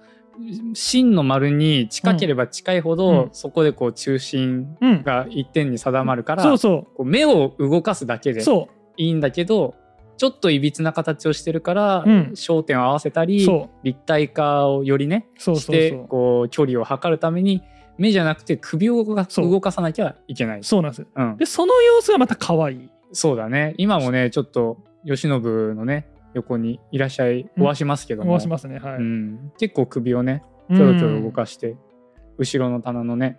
Speaker 2: 芯の丸に近ければ近いほど、
Speaker 1: うん
Speaker 2: そこでこう中心
Speaker 1: うん、
Speaker 2: が一点に定まるから、
Speaker 1: そうそ
Speaker 2: こう目を動かすだけ
Speaker 1: う
Speaker 2: で
Speaker 1: そ
Speaker 2: いいんだけど、ちょっといびつな形をしてるから、
Speaker 1: うん
Speaker 2: 焦点を合わせた
Speaker 1: う
Speaker 2: り、
Speaker 1: そう
Speaker 2: 立体化をよりね、
Speaker 1: そう
Speaker 2: し
Speaker 1: そう
Speaker 2: て
Speaker 1: そう
Speaker 2: こう距離を測るために目じゃなくて首を動か
Speaker 1: そう
Speaker 2: 動かさなきゃいけない。
Speaker 1: そうなんですよ
Speaker 2: うん、
Speaker 1: でその様子がまた可愛い
Speaker 2: そうだね。今もね、ちょっと、慶喜のね、横にいらっしゃい、おわしますけども、
Speaker 1: 思わしますねはい、
Speaker 2: うん、結構首をね、ちょろちょろ動かして、後ろの棚のね、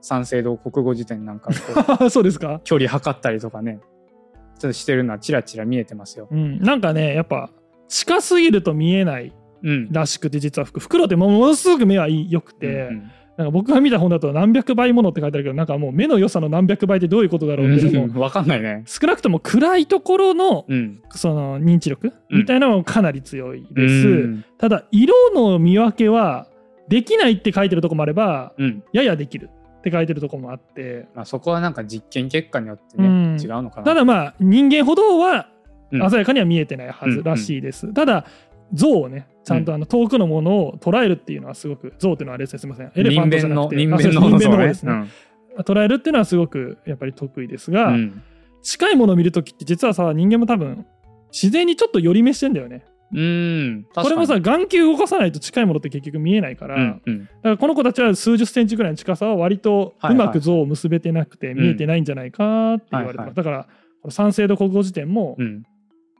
Speaker 2: 三省堂国語辞典なんかこ
Speaker 1: <laughs>
Speaker 2: う、
Speaker 1: うんそうですか、
Speaker 2: 距離測ったりとかね、ちょっとしてるのはチラチラ見えてますよ。
Speaker 1: うん、なんかねやっぱ近すぎると見えない
Speaker 2: うん。
Speaker 1: らしくて実は袋袋ってもものすごく目はいいよくて、
Speaker 2: うん
Speaker 1: なんか僕が見た本だと何百倍ものって書いてあるけどなんかもう目の良さの何百倍ってどういうことだろうっていうのも
Speaker 2: うんわかんないね。
Speaker 1: 少なくとも暗いところの
Speaker 2: うん。
Speaker 1: その認知力
Speaker 2: うん
Speaker 1: みたいなのもかなり強いです、
Speaker 2: うん
Speaker 1: ただ色の見分けはできないって書いてるとこもあれば
Speaker 2: うん。
Speaker 1: ややできるって書いてるとこもあって
Speaker 2: まあ、そこはなんか実験結果によって
Speaker 1: う
Speaker 2: ね、
Speaker 1: ん
Speaker 2: 違うのかな。
Speaker 1: ただまあ人間ほどは
Speaker 2: う
Speaker 1: 鮮
Speaker 2: ん
Speaker 1: やかには見えてないはずらしいです、ただ像をねちゃんとあの遠くのものを捉えるっていうのはすごく像っていうのはあれですねすみませんエレフ
Speaker 2: 人
Speaker 1: ァントじゃな
Speaker 2: 間の、
Speaker 1: くて
Speaker 2: 人
Speaker 1: あそう
Speaker 2: 間
Speaker 1: です
Speaker 2: の方
Speaker 1: 人間の方
Speaker 2: ね
Speaker 1: ですね、捉えるっていうのはすごくやっぱり得意ですが、
Speaker 2: うんうん
Speaker 1: 近いものを見るときって実はさ人間も多分自然にちょっと寄り目してんだよね
Speaker 2: うん。
Speaker 1: これもさ
Speaker 2: 確
Speaker 1: 眼球動かさないと近いものって結局見えないから、
Speaker 2: かに、
Speaker 1: だ
Speaker 2: うん
Speaker 1: からこの子たちは数十センチぐらいの近さは割と
Speaker 2: はいうはい
Speaker 1: まく像を結べてなくて
Speaker 2: ん
Speaker 1: 見えてないんじゃないかって言われてます、
Speaker 2: はいはい
Speaker 1: だからこの三省堂国語辞典も
Speaker 2: うん。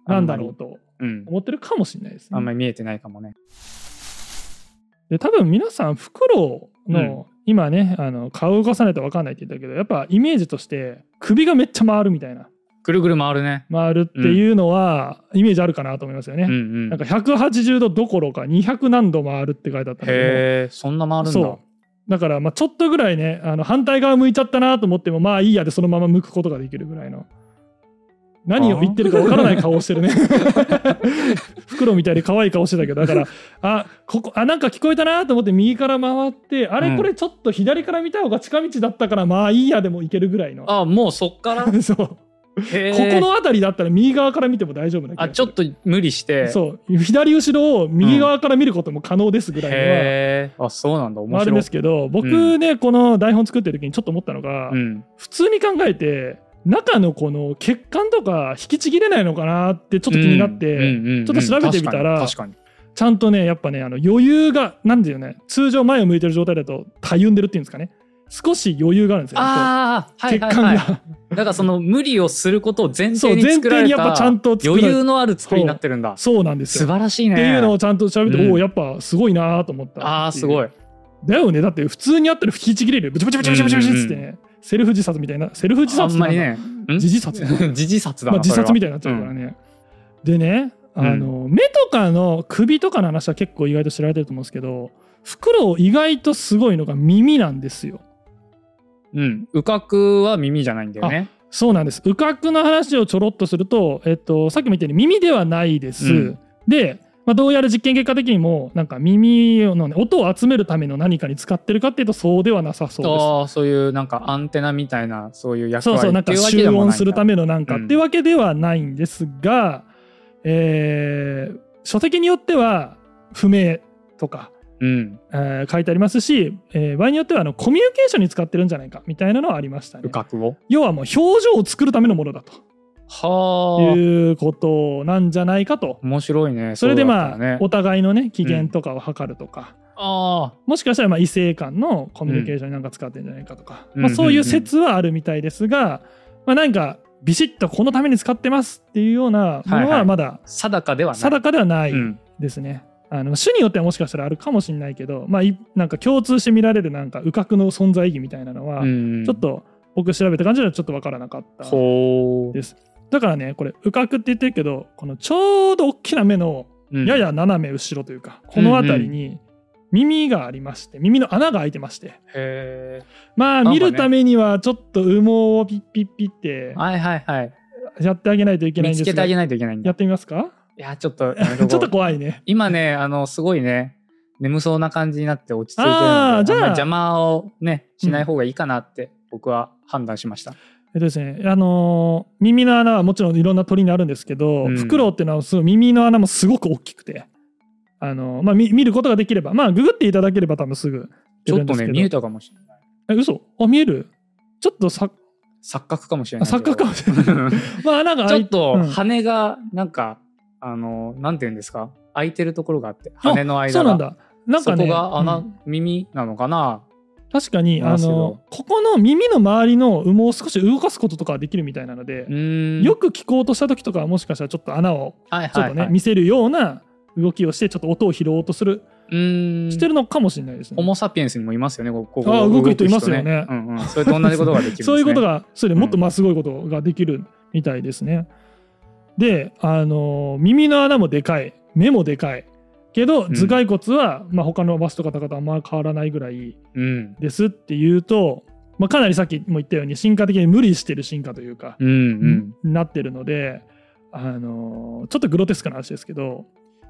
Speaker 1: なんだろうと
Speaker 2: うん。うん。
Speaker 1: 思ってるかもしれないです
Speaker 2: あんま
Speaker 1: ね。
Speaker 2: り見えてないかもね。
Speaker 1: で多分皆さんフクロウの、今ねあの顔動かさないと分かんないって言ったけどやっぱイメージとして首がめっちゃ回るみたいな
Speaker 2: ぐるぐる回るね。
Speaker 1: 回るっていうのはイメージあるかなと思いますよね。
Speaker 2: うんうん。
Speaker 1: なんか180度どころか200何度回るって書いてあったんだけ
Speaker 2: へえ、そんな回
Speaker 1: ど
Speaker 2: るん
Speaker 1: そ
Speaker 2: だ。
Speaker 1: うだからまあちょっとぐらいねあの反対側向いちゃったなと思ってもまあいいやでそのまま向くことができるぐらいの何を言ってるかわからない顔を
Speaker 2: <laughs>
Speaker 1: してるね袋みたいで可愛い顔してたけどだからあここあなんか聞こえたなと思って右から回ってあ
Speaker 2: うん
Speaker 1: れこれちょっと左から見た方が近道だったからまあいいやでもいけるぐらいの
Speaker 2: あ、もうそっから。こ
Speaker 1: <laughs> そうここの辺りだったら右側から見ても大丈夫な気がす
Speaker 2: あ、
Speaker 1: る
Speaker 2: ちょっと無理して。う。
Speaker 1: そう左後ろを右側から見ることも可能ですぐらいのは、
Speaker 2: へえ。あ、そうなんだ。
Speaker 1: まあ、
Speaker 2: 面
Speaker 1: あるん
Speaker 2: 白
Speaker 1: で
Speaker 2: い
Speaker 1: す。けど僕ね、この台本作ってる時にちょっと思ったのが、
Speaker 2: うん。
Speaker 1: 普通に考えて中のこの血管とか引きちぎれないのかなってちょっと気になって、
Speaker 2: ち
Speaker 1: ちょっと調べてみたら
Speaker 2: 確かに。
Speaker 1: ちゃんとねやっぱねあの余裕がなんていうね通常前を向いてる状態だとたゆんでるっていうんですかね少し余裕があるんですよ。
Speaker 2: ああー、はい
Speaker 1: 血
Speaker 2: はい
Speaker 1: 管が、
Speaker 2: はい。だからその無理をすることを前
Speaker 1: そ
Speaker 2: 提
Speaker 1: う
Speaker 2: に
Speaker 1: 前
Speaker 2: 作ら
Speaker 1: 提
Speaker 2: れ
Speaker 1: に
Speaker 2: た
Speaker 1: やっぱちゃんと作られ
Speaker 2: 余裕のある作りになってるんだ。
Speaker 1: そうなんです
Speaker 2: 素
Speaker 1: よ。
Speaker 2: 晴らしいね。
Speaker 1: っていうのをちゃんと調べて、
Speaker 2: うん
Speaker 1: おおやっぱすごいなーと思ったっていう
Speaker 2: ああ、すごい。
Speaker 1: だよねだって普通にやったら引きちぎれるよブチブチブチブチブチブチっつってね、セルフ自殺みたいなセルフ自
Speaker 2: あ
Speaker 1: 殺
Speaker 2: ん
Speaker 1: ってな
Speaker 2: ま
Speaker 1: んだ
Speaker 2: りね。 <laughs> ん
Speaker 1: 自自殺だな、
Speaker 2: 自自殺だ
Speaker 1: <laughs> まあ、
Speaker 2: な。
Speaker 1: 自殺み
Speaker 2: たい
Speaker 1: たいになっちゃうからね、でねあの、目とかの首とかの話は結構意外と知られてると思うんですけどフクロウ意外とすごいのが耳なんですよ
Speaker 2: な。うん。うかくは耳じゃないんだよね。
Speaker 1: そうなんです羽角の話をちょろっとすると、えっと、さっきも言ったように耳ではないです、
Speaker 2: うん
Speaker 1: で、まあ、どうやら実験結果的にもなんか耳の、ね、音を集めるための何かに使ってるかっていうとそうではなさそうです
Speaker 2: ああ、そういうなんかアンテナみたいな、そういう役
Speaker 1: そうそう
Speaker 2: 割
Speaker 1: なん
Speaker 2: って
Speaker 1: か
Speaker 2: いうわけ
Speaker 1: 集
Speaker 2: でもないんだ。
Speaker 1: 音するためのなんか
Speaker 2: うん
Speaker 1: ってわけではないんですが、えー書籍によっては不明とか、
Speaker 2: うん。
Speaker 1: えー書いてありますし、えー場合によってはあのコミュニケーションに使ってるんじゃないかみたいなのはありましたね
Speaker 2: う。かくを。
Speaker 1: 要はもう表情を作るためのものだと
Speaker 2: はあ。
Speaker 1: いうことなんじゃないかと。
Speaker 2: 面白いね。
Speaker 1: それで
Speaker 2: うだっ
Speaker 1: ま
Speaker 2: た
Speaker 1: あ、
Speaker 2: らね
Speaker 1: お互いのね機嫌とかを測るとか、
Speaker 2: ああ。
Speaker 1: もしかしたらまあ異性間のコミュニケーションになんか使ってるんじゃないかとか、
Speaker 2: うん
Speaker 1: まあ、そうい
Speaker 2: ん
Speaker 1: うんう
Speaker 2: ううん
Speaker 1: 説はあるみたいですが、まあ、なんかビシッとこのために使ってますっていうようなも
Speaker 2: はい
Speaker 1: の
Speaker 2: はい
Speaker 1: はまだ
Speaker 2: 定かではない。
Speaker 1: 定かではない
Speaker 2: うん。
Speaker 1: ですね。あの種によってはもしかしたらあるかもしれないけど、まあ、いなんか共通して見られるなんか右角の存在意義みたいなのは、
Speaker 2: うん
Speaker 1: ちょっ。と僕調べた感じではちょっとわからなかった。
Speaker 2: ほう
Speaker 1: で。だからねこれ右角って言ってるけどこのちょうど大きな目の
Speaker 2: うん
Speaker 1: や。や斜め後ろというか、この辺りに耳がありまして耳の穴が開いてまして
Speaker 2: へ
Speaker 1: まあ
Speaker 2: なんかね
Speaker 1: 見るためにはちょっと羽毛をピッピッピッって
Speaker 2: え。はいはいはい。
Speaker 1: やってあげないといけないん
Speaker 2: 見
Speaker 1: で
Speaker 2: つけ
Speaker 1: す
Speaker 2: てあ
Speaker 1: が
Speaker 2: げ
Speaker 1: や
Speaker 2: ないといけないんだ。
Speaker 1: ってみますか
Speaker 2: いや、ちょっと、
Speaker 1: ちょっと怖いね
Speaker 2: 今ね、あの、すごいね、眠そうな感じになって落ち着いてるので、
Speaker 1: あーじゃあ
Speaker 2: んまり邪魔をね、しない方がいいかなって、僕は判断しました。
Speaker 1: えっとですねあのー耳の穴はもちろんいろんな鳥にあるんですけど、
Speaker 2: うん
Speaker 1: フクロウっていうのはすごい耳の穴もすごく大きくてあのーまあ見見ることができればまあググっていただければ多分すぐ出
Speaker 2: ちょ
Speaker 1: る
Speaker 2: っ
Speaker 1: ん
Speaker 2: と
Speaker 1: です
Speaker 2: ね、
Speaker 1: けど
Speaker 2: 見えたかもしれない。
Speaker 1: え嘘あ見えるちょっとさ
Speaker 2: 錯覚かもし
Speaker 1: あ
Speaker 2: れないけど。
Speaker 1: 錯覚かもしれない
Speaker 2: <laughs>
Speaker 1: まあ穴が
Speaker 2: ち
Speaker 1: 開
Speaker 2: ょ
Speaker 1: い
Speaker 2: っと
Speaker 1: うん
Speaker 2: 羽が、なんか、あの、なんて言うんですか、空いてるところがあって、羽の間が。
Speaker 1: そうなんだなんかね
Speaker 2: そこが穴、
Speaker 1: うん
Speaker 2: 耳なのかな
Speaker 1: 確かにあ
Speaker 2: 面白い
Speaker 1: のここの耳の周りの羽毛を少し動かすこととかはできるみたいなので、よ
Speaker 2: よ
Speaker 1: く聞こうとした時とかはもしかしたらちょっと穴を
Speaker 2: はい
Speaker 1: ちょっ
Speaker 2: は
Speaker 1: とね、
Speaker 2: い、はい、
Speaker 1: 見せるような動きをしてちょっと音を拾おうとする、
Speaker 2: うーん
Speaker 1: してるのかもしれないですね
Speaker 2: ホ。モ・サピエンスにもいますよね、ここ
Speaker 1: あー動く人いますよね
Speaker 2: うんうん、それと同じことができるんです、ね。
Speaker 1: そういうことがそれでもっと
Speaker 2: うん
Speaker 1: まあすごいことができるみたいですね。であの耳の穴もでかい目もでかいけど
Speaker 2: ん
Speaker 1: 頭蓋骨は、まあ、他のバスとかタカとあんま変わらないぐらい
Speaker 2: うん。
Speaker 1: ですっていうと、まあ、かなりさっきも言ったように進化的に無理してる進化というか、
Speaker 2: うんうん。
Speaker 1: なってるのであのちょっとグロテスクな話ですけど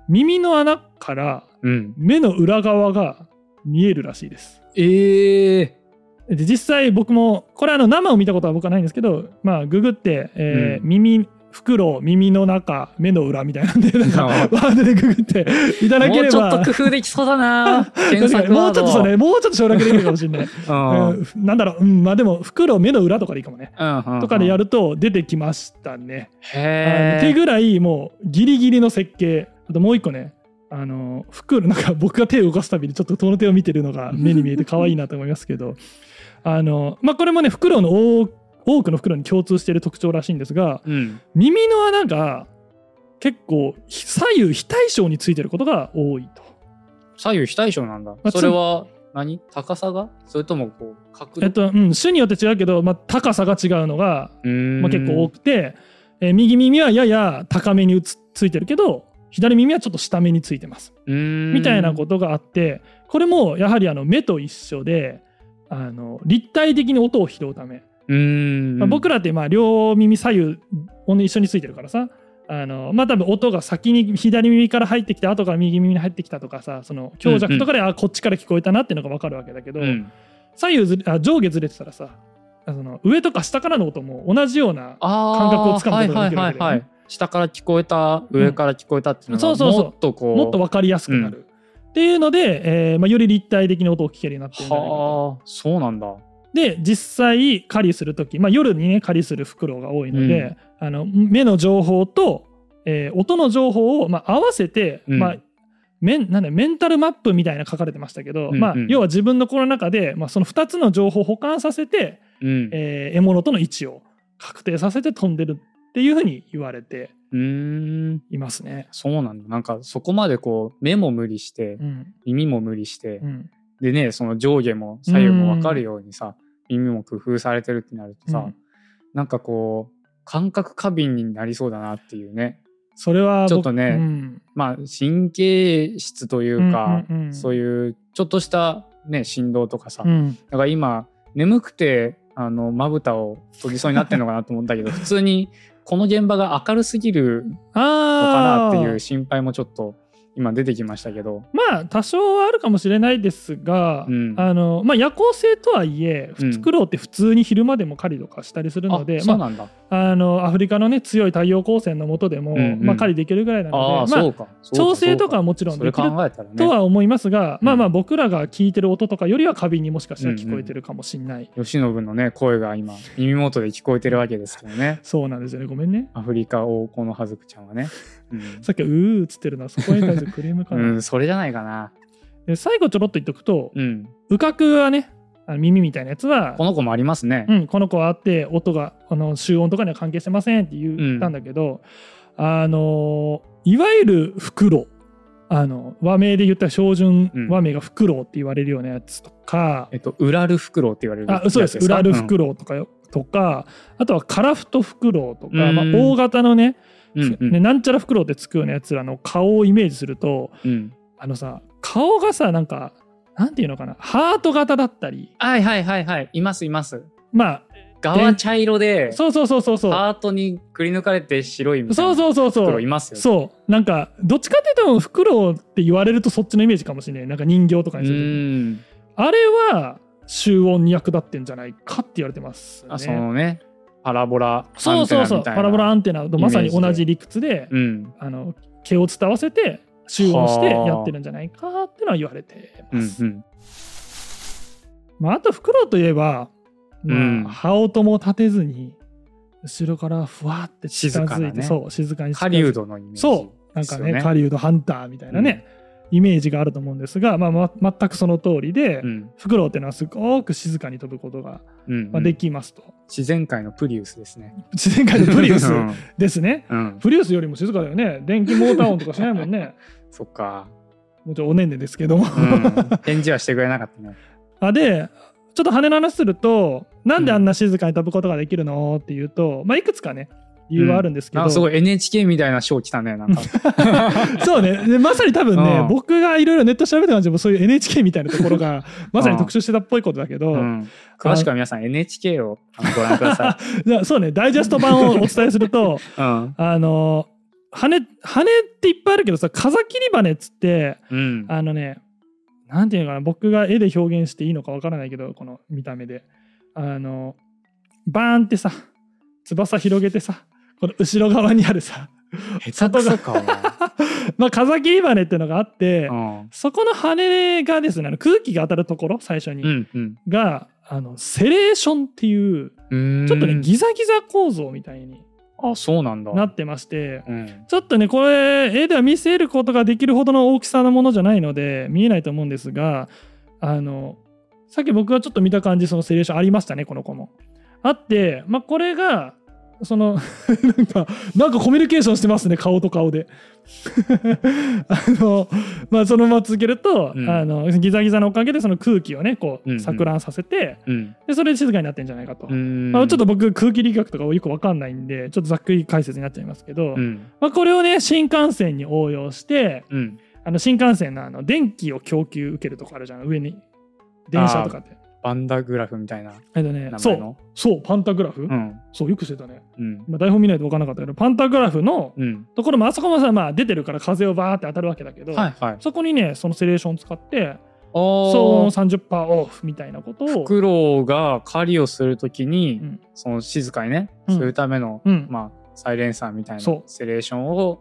Speaker 1: 耳の穴から
Speaker 2: うん。
Speaker 1: 目の裏側が見えるらしいです。
Speaker 2: ええ
Speaker 1: で実際僕もこれあの生を見たことは僕はないんですけどまあググって、えー
Speaker 2: うん
Speaker 1: 耳フクロウ耳の中目の裏みたいなんでなんか
Speaker 2: な
Speaker 1: ワ
Speaker 2: るほ
Speaker 1: ードでググっていただ
Speaker 2: も
Speaker 1: け
Speaker 2: う
Speaker 1: れ
Speaker 2: ちょっ
Speaker 1: ば
Speaker 2: と工夫できそうだな <laughs> 検
Speaker 1: 確かに
Speaker 2: 索
Speaker 1: も
Speaker 2: ワー
Speaker 1: うちょ
Speaker 2: ド
Speaker 1: っとそうねもうちょっと省略できるかもしれ
Speaker 2: <laughs>
Speaker 1: ない、
Speaker 2: うんうん
Speaker 1: うん、なんだろううんまあでもフクロウ目の裏とかでいいかもね
Speaker 2: うんうん
Speaker 1: とかでやると出てきましたね、あ
Speaker 2: へ
Speaker 1: の手
Speaker 2: え
Speaker 1: ぐらいもうギリギリの設計あともう一個ねあの服なんか僕が手を動かすたびにちょっと遠の手を見てるの
Speaker 2: <laughs>
Speaker 1: が目に見えて可愛いなと思いますけどあの、まあ、これもねフクロウの多多くのフクロウに共通している特徴らしいんですが
Speaker 2: うん
Speaker 1: 耳の穴が結構左右非対称についてることが多いと。
Speaker 2: 左右非対称なんだ
Speaker 1: あ
Speaker 2: それは何高さがそれともこう角度
Speaker 1: えっとうん、種によって違うけど、まあ、高さが違うのが、
Speaker 2: うーん
Speaker 1: まあ、結構多くて、えー右耳はやや高めにうつついてるけど左耳はちょっと下目についてます。
Speaker 2: うーん
Speaker 1: みたいなことがあってこれもやはりあの目と一緒であの立体的に音を拾うため、
Speaker 2: うーん
Speaker 1: まあ僕らってまあ両耳左右お一緒についてるからさあのまあ多分音が先に左耳から入ってきて後から右耳に入ってきたとかさその強弱とかで、あこっちから聞こえたなっていうのが分かるわけだけど、
Speaker 2: うん
Speaker 1: 左右ずれあ上下ずれてたらさあその上とか下からの音も同じような
Speaker 2: あー
Speaker 1: 感覚をつかむことができるわ
Speaker 2: はいは
Speaker 1: け
Speaker 2: い
Speaker 1: だよ
Speaker 2: はい
Speaker 1: ね
Speaker 2: はい下から聞こえた上から聞こえたっていうのが、
Speaker 1: うんそうそうそう
Speaker 2: もっとこう
Speaker 1: もっと分かりやすくなる、っていうので、えーまあ、より立体的に音を聞けるようになってるんじゃないかと。
Speaker 2: はあそうなんだ
Speaker 1: で実際狩りする時、まあ、夜にね狩りするフクロウが多いので、あの目の情報と、えー音の情報を、まあ、合わせて、
Speaker 2: うん
Speaker 1: まあ、メンなんだメンタルマップみたいな書かれてましたけど、
Speaker 2: うんうん
Speaker 1: まあ、要は自分の心の中で、まあ、その2つの情報を保管させて、
Speaker 2: うん
Speaker 1: えー獲物との位置を確定させて飛んでるっていうふうに言われて
Speaker 2: うーん
Speaker 1: いますね。
Speaker 2: そうなんだなんかそこまでこう目も無理して
Speaker 1: うん
Speaker 2: 耳も無理して
Speaker 1: う、ん
Speaker 2: でねその上下も左右も分かるようにさ、耳も工夫されてるってなるとさ、
Speaker 1: うん
Speaker 2: なんかこう感覚過敏になりそうだなっていうね
Speaker 1: それは僕
Speaker 2: ちょっとね
Speaker 1: うん
Speaker 2: まあ神経質というか、
Speaker 1: うんうんうん
Speaker 2: そういうちょっとした、ね、振動とかさ、
Speaker 1: うん
Speaker 2: だから今眠くてあのまぶたを閉じそうになってるのかなと
Speaker 1: <laughs>
Speaker 2: 思ったけど普通にこの現場が明るすぎるのかな
Speaker 1: あ
Speaker 2: って
Speaker 1: ー
Speaker 2: いう心配もちょっと今出てきましたけど。
Speaker 1: まあ多少はあるかもしれないですが、
Speaker 2: うん
Speaker 1: あのまあ、夜行性とはいえ
Speaker 2: うん
Speaker 1: フクロウって普通に昼間でも狩りとかしたりするので、
Speaker 2: あそう
Speaker 1: ま
Speaker 2: なんだ。
Speaker 1: あ、あのアフリカの、ね、強い太陽光線の下でも、
Speaker 2: うんうん
Speaker 1: まあ、狩りできるぐらいな
Speaker 2: ああ
Speaker 1: の
Speaker 2: ー、
Speaker 1: で、まあ、
Speaker 2: そうか。そう
Speaker 1: 調
Speaker 2: か
Speaker 1: 整とかはもちろん
Speaker 2: そ
Speaker 1: で
Speaker 2: れ
Speaker 1: き
Speaker 2: 考
Speaker 1: る
Speaker 2: えたらね。
Speaker 1: とは思いますが、まあまあ
Speaker 2: う
Speaker 1: 僕らが聞いてる音とかよりは過敏にもしかしたら聞こえてるかもしれない、
Speaker 2: 吉野のね声が今耳元で聞こえてるわけですけどね
Speaker 1: そうなんですよねごめんね
Speaker 2: アフリカ王子のハズクちゃんはね、うん
Speaker 1: さっきは「うー」っつってるのはそこに対するクレームかな、
Speaker 2: うんそれじゃないかな、
Speaker 1: で最後ちょろっと言っとくと
Speaker 2: うん、
Speaker 1: 羽角はねあの耳みたいなやつは
Speaker 2: この子もありますね、
Speaker 1: うん、この子はあって音があの集音とかには関係してませんって言ったんだけど、あのいわゆるフクロウあの和名で言ったら標準
Speaker 2: うん
Speaker 1: 和名がフクロウって言われるようなやつとか
Speaker 2: え、っとウラルフクロウって言われる
Speaker 1: あそうです
Speaker 2: やつ
Speaker 1: ウ
Speaker 2: か
Speaker 1: ラルフクロウとかよ、とかあとはカラフトフクロウとか、
Speaker 2: うん
Speaker 1: まあ、大型のね,、
Speaker 2: うんうん
Speaker 1: ねなんちゃらフクロウってつくようなやつらの顔をイメージすると
Speaker 2: うん
Speaker 1: あのさ顔がさなんかなんていうのかなハート型だったり
Speaker 2: はいはいはいはいいますいます
Speaker 1: ま
Speaker 2: 側茶色で
Speaker 1: あそうそうそうそうそう
Speaker 2: ハートにくり抜かれて白いみたい
Speaker 1: そう
Speaker 2: な
Speaker 1: そうそう
Speaker 2: フク
Speaker 1: そ
Speaker 2: ロ
Speaker 1: う
Speaker 2: ウいますよね
Speaker 1: そうなんかどっちかっていうとフクロウって言われるとそっちのイメージかもしれないなんか人形とかにする
Speaker 2: ん
Speaker 1: あれは集音に役立ってんじゃないかって言われてます、ね、
Speaker 2: あそのねパラボラア
Speaker 1: そう
Speaker 2: ンテ
Speaker 1: そう
Speaker 2: ナ
Speaker 1: そう
Speaker 2: みたいな
Speaker 1: パラボラアンテナとまさに
Speaker 2: イメージで
Speaker 1: 同じ理屈で、
Speaker 2: うん
Speaker 1: あの毛を伝わせて集音して
Speaker 2: はあ
Speaker 1: やってるんじゃないかってのは言われて
Speaker 2: う
Speaker 1: ま
Speaker 2: ん
Speaker 1: す、
Speaker 2: うん
Speaker 1: まあ、あとフクロウといえば、まあ
Speaker 2: うん
Speaker 1: 羽音も立てずに後ろからふわって近づいて
Speaker 2: 静かなね
Speaker 1: そう静かに近づいて
Speaker 2: 狩人のイメージ
Speaker 1: そうなんか
Speaker 2: です
Speaker 1: ね
Speaker 2: よ
Speaker 1: 狩人ハンターみたいなね、イメージがあると思うんですが、まあま全くその通りで、
Speaker 2: うん
Speaker 1: フクロウっていうのはすごく静かに飛ぶことが、
Speaker 2: うん
Speaker 1: まあ、できますと。
Speaker 2: 自然界のプリウスですね。
Speaker 1: 自然界のプリウ
Speaker 2: <laughs>
Speaker 1: ス
Speaker 2: うん
Speaker 1: ですね。
Speaker 2: うん、
Speaker 1: プリウスよりも静かだよね。電気モーター音とかしないもん
Speaker 2: <laughs>
Speaker 1: ね。
Speaker 2: そっか。
Speaker 1: もちろんおねんねですけども。 <laughs>
Speaker 2: うん、返事はしてくれなかったね。
Speaker 1: あでちょっと羽の話するとなんであんな静かに飛ぶことができるのっていうと、まあ、いくつかね理由はあるんですけど、
Speaker 2: なんかすごい NHK みたいな賞来たね、なんか。
Speaker 1: <laughs> そうねでまさに多分ね、
Speaker 2: うん
Speaker 1: 僕がいろいろネット調べた感じでもそういう NHK みたいなところがまさに特集してたっぽいことだけど、
Speaker 2: うん、詳しくは皆さん NHK をあのご覧くださ
Speaker 1: じゃあそうねダイジェスト版をお伝えすると <laughs>
Speaker 2: い。うん
Speaker 1: あの羽羽っていっぱいあるけどさ風切り羽っつって
Speaker 2: うん
Speaker 1: あのねなんていうのかな僕が絵で表現していいのかわからないけどこの見た目であのバーンってさ翼広げてさこの後ろ側にあるさ <laughs>
Speaker 2: 下手くそかお
Speaker 1: まあ風切り羽ってのがあって、
Speaker 2: 前
Speaker 1: そこの羽がですねあの空気が当たるところ最初に、
Speaker 2: うんうん
Speaker 1: があのセレーションっていう
Speaker 2: うん
Speaker 1: ちょっとねギザギザ構造みたいに
Speaker 2: あそうなんだ
Speaker 1: なってまして。
Speaker 2: うん
Speaker 1: ちょっとねこれ絵では見せることができるほどの大きさのものじゃないので見えないと思うんですがあのさっき僕がちょっと見た感じそのセレーションありましたねこの子も。あって、まあ、これがその <laughs> なんかなんかコミュニケーションしてますね顔と顔で。 <laughs> あのまあそのまま続けると、
Speaker 2: うん
Speaker 1: あのギザギザのおかげでその空気をねこう
Speaker 2: うんうん
Speaker 1: 錯乱させて、
Speaker 2: うん
Speaker 1: でそれで静かになってんじゃないかと。
Speaker 2: うん
Speaker 1: まあ、ちょっと僕空気力学とかよくわかんないんでちょっとざっくり解説になっちゃいますけど、
Speaker 2: うん
Speaker 1: まあ、これをね新幹線に応用して
Speaker 2: うん
Speaker 1: あの新幹線のあの電気を供給受けるとこあるじゃん上に電車とかって
Speaker 2: バンダグラフみたいな
Speaker 1: えっとね
Speaker 2: 名
Speaker 1: そ
Speaker 2: 前
Speaker 1: う
Speaker 2: の
Speaker 1: そうパンタグラフ、
Speaker 2: うん
Speaker 1: そうよくしてたね
Speaker 2: うん
Speaker 1: 今台本見ないと分からなかったけどパンタグラフの
Speaker 2: うん
Speaker 1: ところもあそこもさ、まあ、出てるから風をバーって当たるわけだけど、
Speaker 2: はいはい
Speaker 1: そこにねそのセレーション使って騒音
Speaker 2: お
Speaker 1: を
Speaker 2: お
Speaker 1: 30%オフみたいなことを
Speaker 2: フクロウが狩りをするときに
Speaker 1: うん
Speaker 2: その静かにね
Speaker 1: うん
Speaker 2: するための
Speaker 1: うん
Speaker 2: まあサイレンサーみたいな
Speaker 1: そう
Speaker 2: セレーションを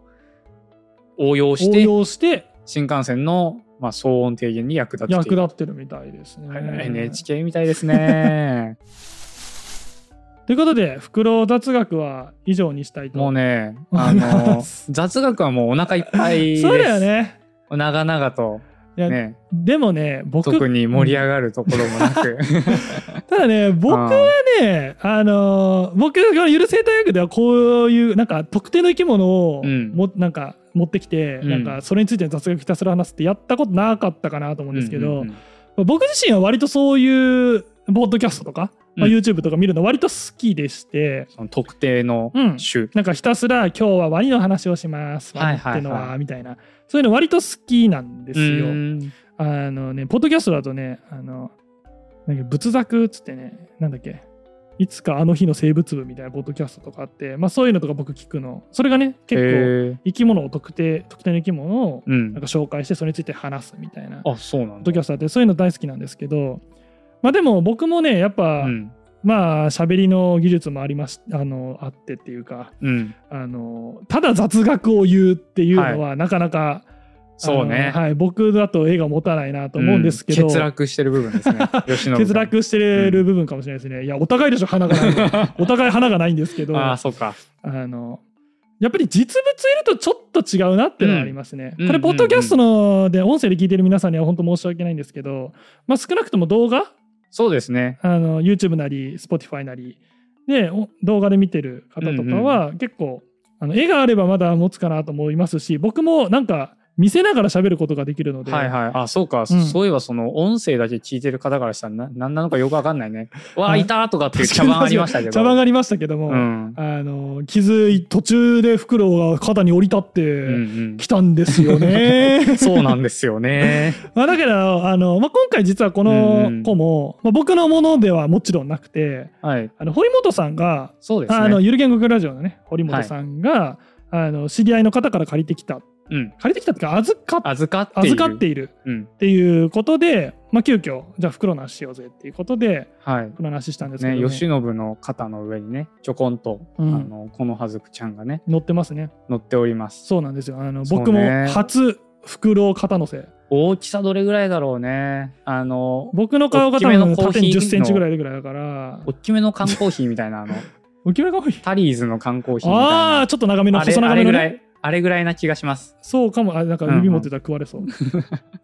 Speaker 2: 応用し
Speaker 1: 応
Speaker 2: て
Speaker 1: 用して
Speaker 2: 新幹線のまあ騒音低減に役立つって
Speaker 1: 役
Speaker 2: いう
Speaker 1: 立ってるみたいですね。
Speaker 2: はい NHK みたいですね。
Speaker 1: ということでフクロウ雑学は以上にしたいと
Speaker 2: もう
Speaker 1: 思い <laughs>
Speaker 2: ね、
Speaker 1: ま
Speaker 2: あ
Speaker 1: す。
Speaker 2: の、雑学はもうお腹いっぱいです。
Speaker 1: そうだよ。ね。
Speaker 2: 長々と、
Speaker 1: いや
Speaker 2: ね、
Speaker 1: でもね、僕、
Speaker 2: 特に盛り上がるところもなく。 <laughs>
Speaker 1: ただね、僕は
Speaker 2: は
Speaker 1: ね、あのー僕、このゆる生態学ではこういう、なんか特定の生き物を
Speaker 2: うん
Speaker 1: も、なんか持ってきて、
Speaker 2: うん
Speaker 1: なんかそれについての雑学ひたすら話すってやったことなかったかなと思うんですけど、
Speaker 2: うんうん
Speaker 1: 僕自身は割とそういう、ポッドキャストとか、まあ、
Speaker 2: うん
Speaker 1: YouTube とか見るの割と好きでして、
Speaker 2: その特定の
Speaker 1: うん
Speaker 2: 種。
Speaker 1: なんかひたすら今日はワニの話をします、ワニっての
Speaker 2: はいはいは
Speaker 1: は、
Speaker 2: い
Speaker 1: みたいな、そういうの割と好きなんですよ。
Speaker 2: うん
Speaker 1: あのね、ポッドキャストだとね、あの、なんか仏作っつってね、なんだっけ、いつかあの日の生物部みたいなポッドキャストとかあって、まあそういうのとか僕聞くの、それがね、
Speaker 2: へ
Speaker 1: 結構
Speaker 2: ー
Speaker 1: 生き物を特定、特定の生き物を
Speaker 2: う
Speaker 1: なん
Speaker 2: ん。
Speaker 1: か紹介して、それについて話すみたいなポッ
Speaker 2: あ、そうなんだ
Speaker 1: ド。キャストあって、そういうの大好きなんですけど、まあでも僕もね、やっぱ、
Speaker 2: うん。
Speaker 1: まあ喋りの技術もありまし、あの、あってっていうか、
Speaker 2: うん。
Speaker 1: あの、ただ雑学を言うっていうのは、なかなか、
Speaker 2: そうね
Speaker 1: あのはい、僕だと絵が持たないなと思うんですけど、
Speaker 2: ん欠落してる部分です
Speaker 1: <laughs>
Speaker 2: ね。吉野部
Speaker 1: 欠
Speaker 2: さん。
Speaker 1: 落してる部分かもしれないですね。いや、お互いでしょ、花がない
Speaker 2: <laughs>
Speaker 1: の。お互い花がないんですけど、
Speaker 2: ああ、
Speaker 1: あ
Speaker 2: そうか。
Speaker 1: の、やっぱり実物いるとちょっと違うなっていうのはありますね。
Speaker 2: うん
Speaker 1: こ
Speaker 2: う
Speaker 1: れ、
Speaker 2: ん
Speaker 1: ポッドキャストので音声で聞いてる皆さんには本当申し訳ないんですけど、まあ、少なくとも動画、
Speaker 2: そうですね。
Speaker 1: あの YouTube なり、Spotify なりでお動画で見てる方とかは、結構あの、絵があればまだ持つかなと思いますし、僕もなんか、見せながら喋ることができるので、
Speaker 2: はいはい。あ、そうか。
Speaker 1: うん
Speaker 2: そういえば、その音声だけ聞いてる方からしたらな、なんなのかよくわかんな
Speaker 1: <laughs>
Speaker 2: いね。わ
Speaker 1: は
Speaker 2: あ、
Speaker 1: い
Speaker 2: いたとか
Speaker 1: <laughs>
Speaker 2: っていう茶番ありましたけど。
Speaker 1: 茶番がありましたけども、
Speaker 2: うん。
Speaker 1: あの気づい途中でフクロウが肩に降り立っ
Speaker 2: う
Speaker 1: て <laughs>
Speaker 2: ん
Speaker 1: きたんですよね。
Speaker 2: <laughs> うん。そうなんですよ
Speaker 1: <laughs>
Speaker 2: ね。
Speaker 1: まあだからあの、まあ、今回実はこの子も、まあ、僕のものではもちろんなくて
Speaker 2: はい。
Speaker 1: あの堀本さんが、
Speaker 2: そうですね。
Speaker 1: あのゆる言語ラジオのね堀本さんが、あの知り合いの方から借りてきた
Speaker 2: うん。
Speaker 1: 借りてきたっていうか預かっ
Speaker 2: 預かっている。
Speaker 1: 預かっている
Speaker 2: うん。
Speaker 1: っていうことで、まあ、急遽じゃあフクロウの話しようぜっていうことで
Speaker 2: はい
Speaker 1: フ。クロウの話したんですけど
Speaker 2: ね、
Speaker 1: も、
Speaker 2: 慶喜の肩の上にね、ちょこんと、
Speaker 1: うん
Speaker 2: あの、このはずくちゃんがね、
Speaker 1: 乗ってますね。
Speaker 2: 乗っております。
Speaker 1: そうなんですよ。あの
Speaker 2: そうね
Speaker 1: 僕も初フクロウ肩乗せ。
Speaker 2: 大きさどれぐらいだろうね。あの、
Speaker 1: 僕の顔が多
Speaker 2: 大きめ
Speaker 1: 分
Speaker 2: のコーヒ
Speaker 1: 縦
Speaker 2: ー
Speaker 1: に
Speaker 2: の
Speaker 1: 10センチぐらいぐらいだから。
Speaker 2: 大きめの
Speaker 1: <laughs>
Speaker 2: 缶コーヒーみたいな、あの、
Speaker 1: 大きめのコーヒー
Speaker 2: タリーズの缶コーヒーみたいな。
Speaker 1: ああー、ちょっと長めの
Speaker 2: あれ
Speaker 1: 細長
Speaker 2: あ
Speaker 1: め
Speaker 2: れ
Speaker 1: の
Speaker 2: ぐ
Speaker 1: ね、
Speaker 2: らい。あれぐらいな気がします。
Speaker 1: そうかもあなんか
Speaker 2: うんう
Speaker 1: 指
Speaker 2: ん
Speaker 1: 持ってたら食われそう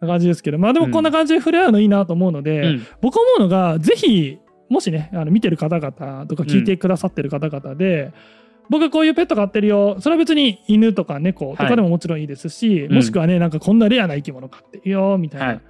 Speaker 1: な感じですけどまあでもこんな感じで触れ合うのいいなと思うので、
Speaker 2: うん
Speaker 1: 僕思うのがぜひもしねあの見てる方々とか聞いてくださってる方々で、僕こういうペット飼ってるよそれは別に犬とか猫とかでももちろんいいですし、
Speaker 2: うん
Speaker 1: もしくはねなんかこんなレアな生き物飼ってるよみたいな、
Speaker 2: はい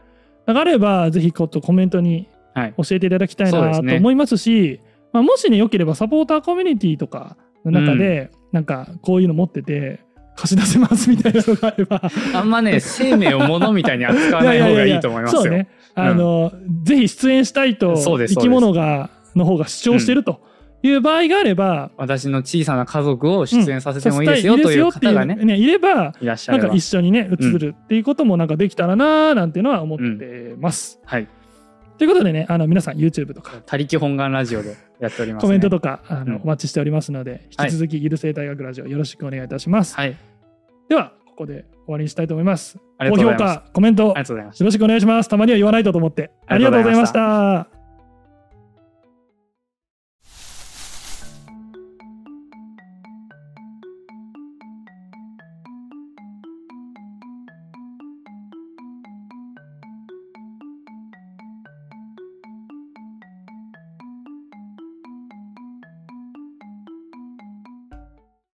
Speaker 1: のがあればぜひちょっとコメントに
Speaker 2: はい
Speaker 1: 教えていただきたい
Speaker 2: そうで
Speaker 1: な
Speaker 2: すね
Speaker 1: と思いますし、まあ、もしねよければサポーターコミュニティとかの中で、なんかこういうの持ってて貸し出せますみたいなのがあれば
Speaker 2: あんま
Speaker 1: <laughs>
Speaker 2: ね、生命を物みたいに扱わない方がいいと思いますよ。
Speaker 1: やややそうね。あの、ぜひ出演したいと
Speaker 2: そうです
Speaker 1: 生
Speaker 2: そうです
Speaker 1: き物がの方が主張してるという場合があれば、
Speaker 2: 私の小さな家族を出演させてもいい
Speaker 1: さ
Speaker 2: で
Speaker 1: せ
Speaker 2: す
Speaker 1: た
Speaker 2: よという
Speaker 1: ってい
Speaker 2: 方がね、
Speaker 1: ねいれば。
Speaker 2: いらっしゃ
Speaker 1: なん
Speaker 2: れ
Speaker 1: か
Speaker 2: ば
Speaker 1: 一。緒にね映るっていうこともなんかできたらなーなんていうのは思ってます。
Speaker 2: はい。
Speaker 1: ということでねあの皆さん YouTube とか
Speaker 2: 他力本願ラジオでやっております、
Speaker 1: コ
Speaker 2: ね。
Speaker 1: メントとかあの、
Speaker 2: うん
Speaker 1: お待ちしておりますので
Speaker 2: は
Speaker 1: 引
Speaker 2: い
Speaker 1: き続き「ゆる生大学ラジオ」よろしくお願いいたします。
Speaker 2: はい。
Speaker 1: ではここで終わりにしたいと思います。
Speaker 2: ありが
Speaker 1: 高
Speaker 2: とうご
Speaker 1: 評
Speaker 2: ざいます。
Speaker 1: 価コメント
Speaker 2: ありがとうございました
Speaker 1: よろしくお願いします。たまには言わないとと思って。ありがとうございました。